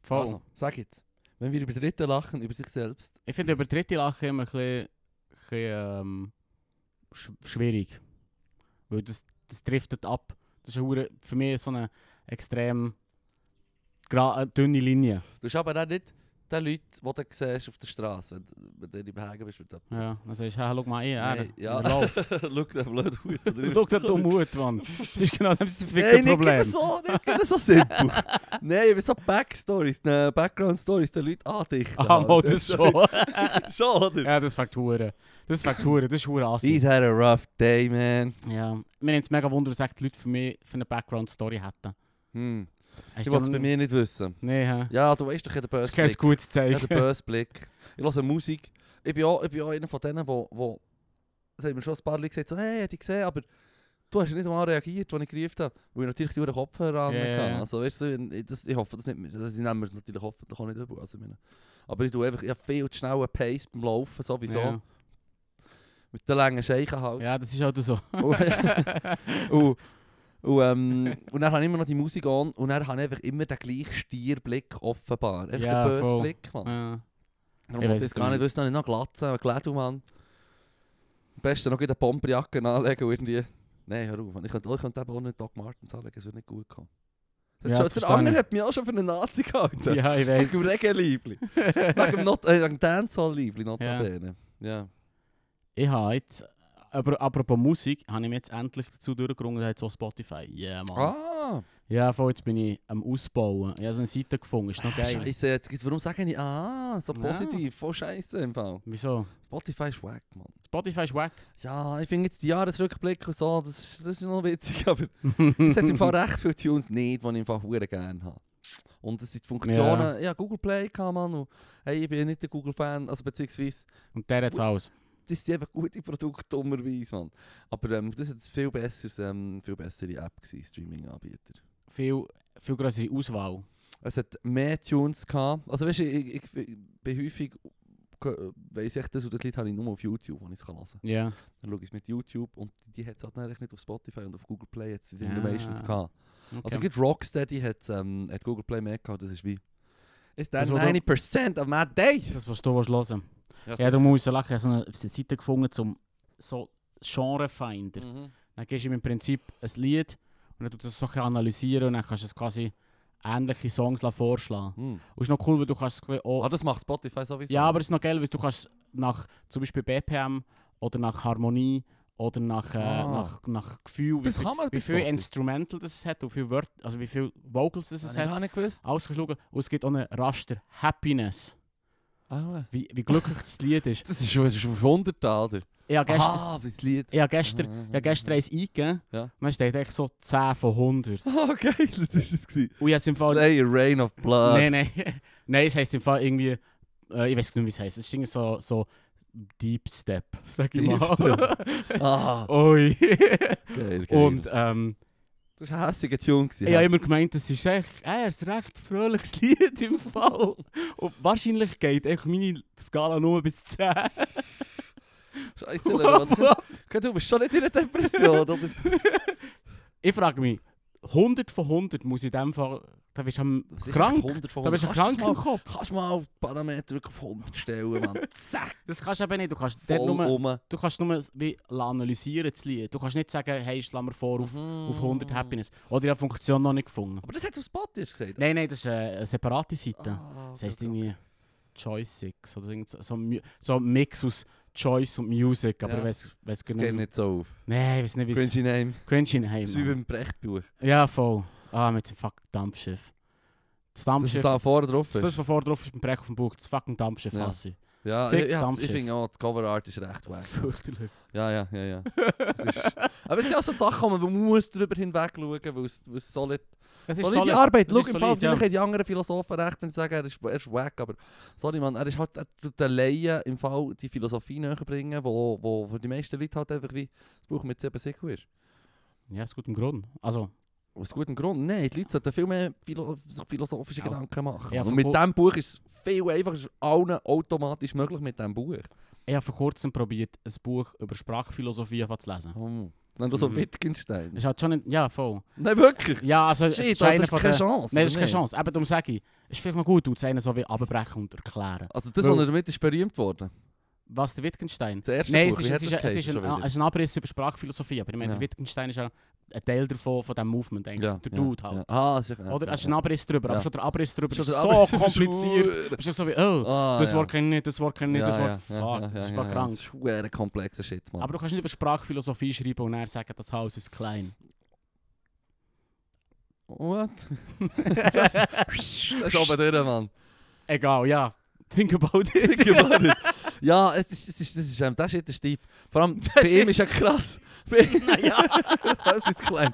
Voll. Also, sag jetzt. Wenn wir über Dritte lachen, über sich selbst. Ich finde über dritte Lachen immer ein bisschen, bisschen ähm, sch schwierig. Weil das, das driftet ab. Das ist eine hure- für mich so eine extrem gra- äh, dünne Linie. Du hast aber auch nicht den Leuten, die du siehst auf der Straße, wenn, wenn du in deinem Hagen bist mit jemandem. Ja, dann sagst du, hey, schau mal, ich, er, Nein, ja. er läuft. Schau den blöden Hut. da drüber. Schau den dummen Hut, Mann. Das ist genau das Nein, verfickte nicht gerade Problem. so, nicht gerade so simpel. Nein, aber so Backstories, eh, ne, Background-Stories, den Leuten andichten. Ah, halt. mal, das schon. schon, oder? ja, das fängt Huren. Das fängt Huren, das ist Huren He's assi. had a rough day, man. Ja, mir nimmt es mega Wunder, dass echt die Leute für mich für eine Background-Story hätten. Hm. Hast Ich du wollte es noch- bei mir nicht wissen. Nee, hä? Ja, du weißt doch, ich habe den bösen Das ist kein Blick. gutes Ich habe Zeichen. den bösen Blick. Ich höre Musik. Ich bin auch, ich bin auch einer von denen, wo, wo das haben mir schon ein paar Leute gesagt, so, hey, hätte ich gesehen, aber du hast ja nicht mal reagiert, als ich gerufen habe, weil ich natürlich die Kopfhörer an Ja, ja, ja. Also, weißt du, ich, das, ich hoffe, das nicht mehr, das nehmen wir es natürlich hoffentlich auch nicht über. Also, ich meine, aber ich tue einfach, ich habe viel zu schnell einen Pace beim Laufen, sowieso. Ja. Mit den langen Scheichen halt. ja, das ist halt so. Oh, und, und, ähm, und dann habe ich immer noch die Musik an und dann habe ich einfach immer den gleichen Stierblick offenbar. Einfach Ja, den bösen voll. Blick, Mann. Ja. Darum Ich wollte ich weiss jetzt gar es nicht wissen, habe ich noch Glatze, einen Glädel, Mann. Am besten noch gleich eine Bomberjacke anlegen und irgendwie... Nein, hör auf, Mann. ich könnte, ich könnte eben auch nicht Doc Martens anlegen, es würde nicht gut kommen. Ja, Ja, schon, das der verstehe andere ich. hat mich auch schon für einen Nazi gehalten. ja, ich Wegen dem weiß. Regenliebli. Wegen dem Not- äh, wegen dem Dancehall-Liebli, not Ja. ja. denen. Ja. ich habe jetzt, aber apropos Musik, habe ich mich jetzt endlich dazu durchgerungen, dass so Spotify. Ja, yeah, Mann. Ah, Ja, voll, jetzt bin ich am Ausbauen. Ich habe so eine Seite gefunden, ist noch Oh, geil. Ah, Scheiße, jetzt, gibt's- warum sage ich ah, so Ja. positiv, voll scheiße im Fall. Wieso? Spotify ist wack, Mann. Spotify ist weg. Ja, ich finde jetzt die Jahresrückblicke und so, das ist, das ist noch witzig, aber es hat im Fall recht viele Tunes nicht, die ich im Fall hure gerne habe. Und es sind die Funktionen, ja, Google Play kann man und hey, ich bin nicht der Google-Fan, also beziehungsweise, Und der hat alles. das sind einfach gute Produkte, dummerweise, Mann. Aber ähm, das ist ein viel, besseres, ähm, viel bessere App gewesen, Streaming-Anbieter. Viel, viel größere Auswahl. Es hat mehr Tunes gehabt, also weißt du, ich, ich, ich bin häufig, äh, weiss ich, das und das Lied habe ich nur auf YouTube, wo ich es kann hören kann. Ja. Dann schaue ich es mit YouTube und die hat es halt dann eigentlich nicht auf Spotify und auf Google Play hat sie die Ah, Animations gehabt. Okay. Also gerade Rocksteady hat, ähm, hat Google Play mehr gehabt, das ist wie... Ist that Das, wo du- 90% of my day? das, was du willst hören Ja, Ja, du musst lachen. Ich habe so eine Seite gefunden, zum so Genrefinder. Mhm. Dann gehst du ihm im Prinzip ein Lied und dann tut es so ein bisschen analysieren und dann kannst du es quasi ähnliche Songs lassen vorschlagen. Und es ist noch cool, weil du kannst es quasi auch, Hm. Ah, das macht Spotify sowieso. Ja, aber es ist noch geil, weil du kannst nach zum Beispiel BPM oder nach Harmonie oder nach, äh, Ah. nach, nach Gefühl, wie, das viel, kann man wie viel Instrumental das es hat und wie viel, Wörter, also wie viel Vocals das es Das habe hat. ich nicht gewusst. Ausgeschlagen. Und es gibt auch einen Raster Happiness. Ah, Wie, wie glücklich das Lied ist. Das ist schon das ist auf 100 Alter. Ich habe gestern, Ah, das Lied. Ah. ich habe gestern, ich habe gestern eins eingegeben Ja. und dann steht echt so 10 von 100. Ah, geil, das ist es gewesen. Und ich habe im Fall... Slay a rain of blood. Nein, nein. nein, es heisst im Fall irgendwie, äh, ich weiß nicht, wie es heisst. Es ist irgendwie so, so Deep Step, sag ich mal. Deep Ah, Ui. geil, geil. Und ähm, das war ein hässiger Tune. gewesen, ich hä? habe immer gemeint, das ist echt äh, ein recht fröhliches Lied im Fall. Und wahrscheinlich geht echt meine Skala nur bis 10. Scheiße, Leute. Du bist schon nicht in einer Depression, oder? ich frage mich, 100 von 100 muss in dem Fall, da bist du am Das ist echt krank. 100 von Da bist du 100. Kannst krank du im das Kopf. mal- Kannst du mal Parameter auf 100 stellen, Mann. Zack, Das kannst du eben nicht. Du kannst, dort voll nur, um. du kannst nur wie analysieren das Lied. Du kannst nicht sagen, hey, schlag mir vor Mhm. auf, auf 100 Happiness. Oder ich habe die Funktion noch nicht gefunden. Aber das hat es auf Spotify gesagt. Nein, nein, das ist äh, eine separate Seite. Ah, Das okay, heisst okay. irgendwie Choice 6 oder irgend so, so, ein Mu- so ein Mix aus Choice und Music, aber Ja. ich weiß, weiß Das genau. geht nicht so auf. Nein, ich weiß nicht, wie es. Cringy Name. Cringe Das ist wie in beim Brechtbuch. Ja, voll. Ah, mit dem fucking Dampfschiff. Das Das ist Dampfschiff. Das, da vorne drauf. das, was vorne drauf ist, mit dem Brech auf dem Bauch. Das fucking Dampfschiff Ja. hasse ich. dus. Ja, ich, Fix ich, hab's- ich Dampfschiff. finde auch, die Coverart ist recht wack. Fürchterlich. Ja, ja, ja, ja. Ah, Das ist, aber es sind auch so Sachen, wo man muss drüber hinweg schauen, weil es weil es solid Es Solide Arbeit. Es Schau, ist im Fall, solid, ja. vielleicht haben die anderen Philosophen recht, wenn sie sagen, er ist, er ist wack, aber sorry, man, er ist halt, er tut den Laien im Fall die Philosophie näher bringen, wo, wo für die meisten Leute halt einfach wie das Buch mit sieben Sekunden ist. Ja, ist gut im Grund. Also, Aus gutem Grund. Nein, die Leute sollten viel mehr philo sich philosophische Ja. Gedanken machen. Ja, Und mit verko- diesem Buch ist es viel einfacher, es ist allen automatisch möglich mit diesem Buch. ich habe vor kurzem probiert, ein Buch über Sprachphilosophie anfangen zu lesen. Oh. Das ist so Mhm. Wittgenstein. Ist halt schon nicht. Ja, voll. Nein, wirklich. Ja, also, es Shit, ist Alter, einer das ist von keine der. Chance. Nein, das ist keine oder nicht? Chance. Eben darum sage ich, es ist vielleicht noch gut, du zu einem so wie abbrechen und erklären. Also das, Weil- was er damit ist berühmt worden. Was, der Wittgenstein? Das erste Nein, Buch, es ist, wie es, hat das ist, es, ist geheißen ein, schon wieder? es ist ein Abriss über Sprachphilosophie, aber ich meine, Ja. der Wittgenstein ist ja ein Teil davon, von diesem Movement eigentlich. Ja, der ja, Dude halt. Ja. Ah, sicher. Oder es ist ein Abriss drüber, Ja. aber schon der Abriss drüber Schon ist der so Abriss ist kompliziert. schwer. Du bist so wie, oh, Ah, das ja. Wort kenne ich nicht, das Wort kenne ich nicht, das Wort, Dus fuck, das ist ja, krank. Das ist schwer komplexer Shit, Mann. Aber du kannst nicht über Sprachphilosophie schreiben und dann sagen, das Haus ist klein. What? das, das ist oben durch, Mann. Egal, ja. Think about it. Think about it. Ja, es ist, es ist, das ist, ähm, das Shit ist deep. Vor allem, bei ihm ist ja krass. Bei ihm, ja, das ist klein.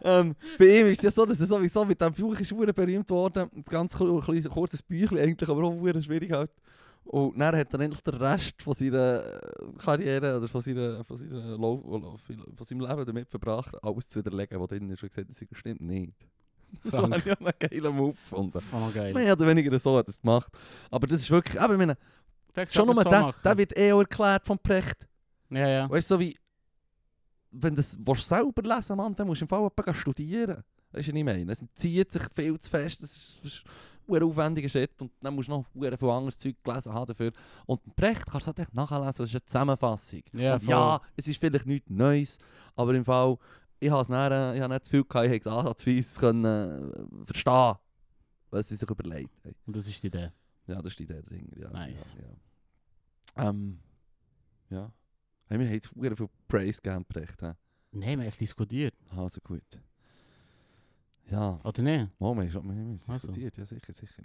Ähm, bei ihm ist ja so, dass er sowieso mit dem Buch ist verdammt berühmt worden. Ein ganz kur- kleines, kurzes Büchlein eigentlich, aber auch verdammt schwierig halt. Und dann hat er endlich den Rest von seiner äh, Karriere oder von, seiner, von, seiner Lauf, Lauf- von seinem Leben damit verbracht, alles zu widerlegen, was drin ist. Und gesagt, das stimmt nicht. Das Krank. habe ich auch einen geilen Move gefunden. Oh, geil. Mehr oder weniger so hat er es gemacht. Aber das ist wirklich, eben, ich meine, Vielleicht Schon sollte nur man der, so der machen. wird eh auch erklärt vom Precht. Ja, ja. Weißt du, so wie. Wenn du das willst selber lesen Mann, dann musst du im Fall jemanden studieren. Weißt du, was ich meine? Es zieht sich viel zu fest, das ist, das ist ein aufwendiger Shit und dann musst du noch verdammt viel anderes Zeug gelesen haben dafür. Und im Precht kannst du das echt nachlesen, das ist eine Zusammenfassung. Ja, und voll. ja es ist vielleicht nichts Neues, aber im Fall, ich habe es dann, äh, ich habe nicht zu viel gehabt, ich hätte es ansatzweise können, äh, verstehen was sie sich überlegt haben. Und das ist die Idee. Ja, das ist die Idee dahinter. Ja, Nice. Ja, ja. Ähm, ja. Hey, wir haben jetzt sehr viel Praise gegeben, Brecht. hä? Nein, wir haben echt diskutiert. Also gut. Ja, Oder nicht? oh, wir haben schon- wir haben es Also. diskutiert, ja sicher, sicher.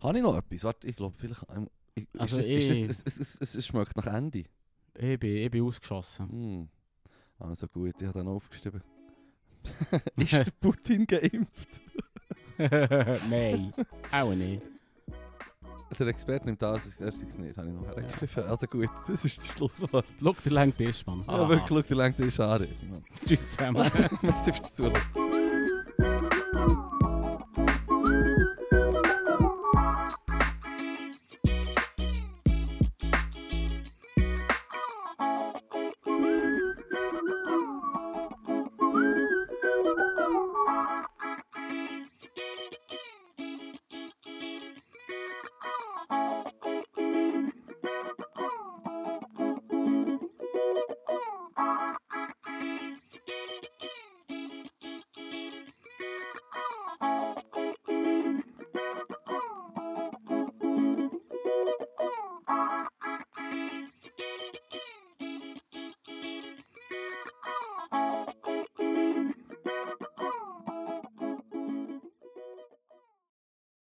Habe ich noch etwas? Warte, ich glaube, vielleicht... Ähm, ich- ist Also das, ist ich- das, es, es, es, es, es schmeckt nach Ende. Ich bin, ich bin ausgeschossen. Hm. Also gut, ich habe dann aufgeschrieben. ist der Putin geimpft? Nein, auch nicht. Der Experte nimmt an, als erstes nicht, habe ich noch hergeschrieben. Also gut, das ist das Schlusswort. Schau dir lang Tisch, Mann. Ah. Ja, wirklich, eh schau dir lang, das ist schade, Simon. Tschüss zusammen. Merci fürs Zuhören.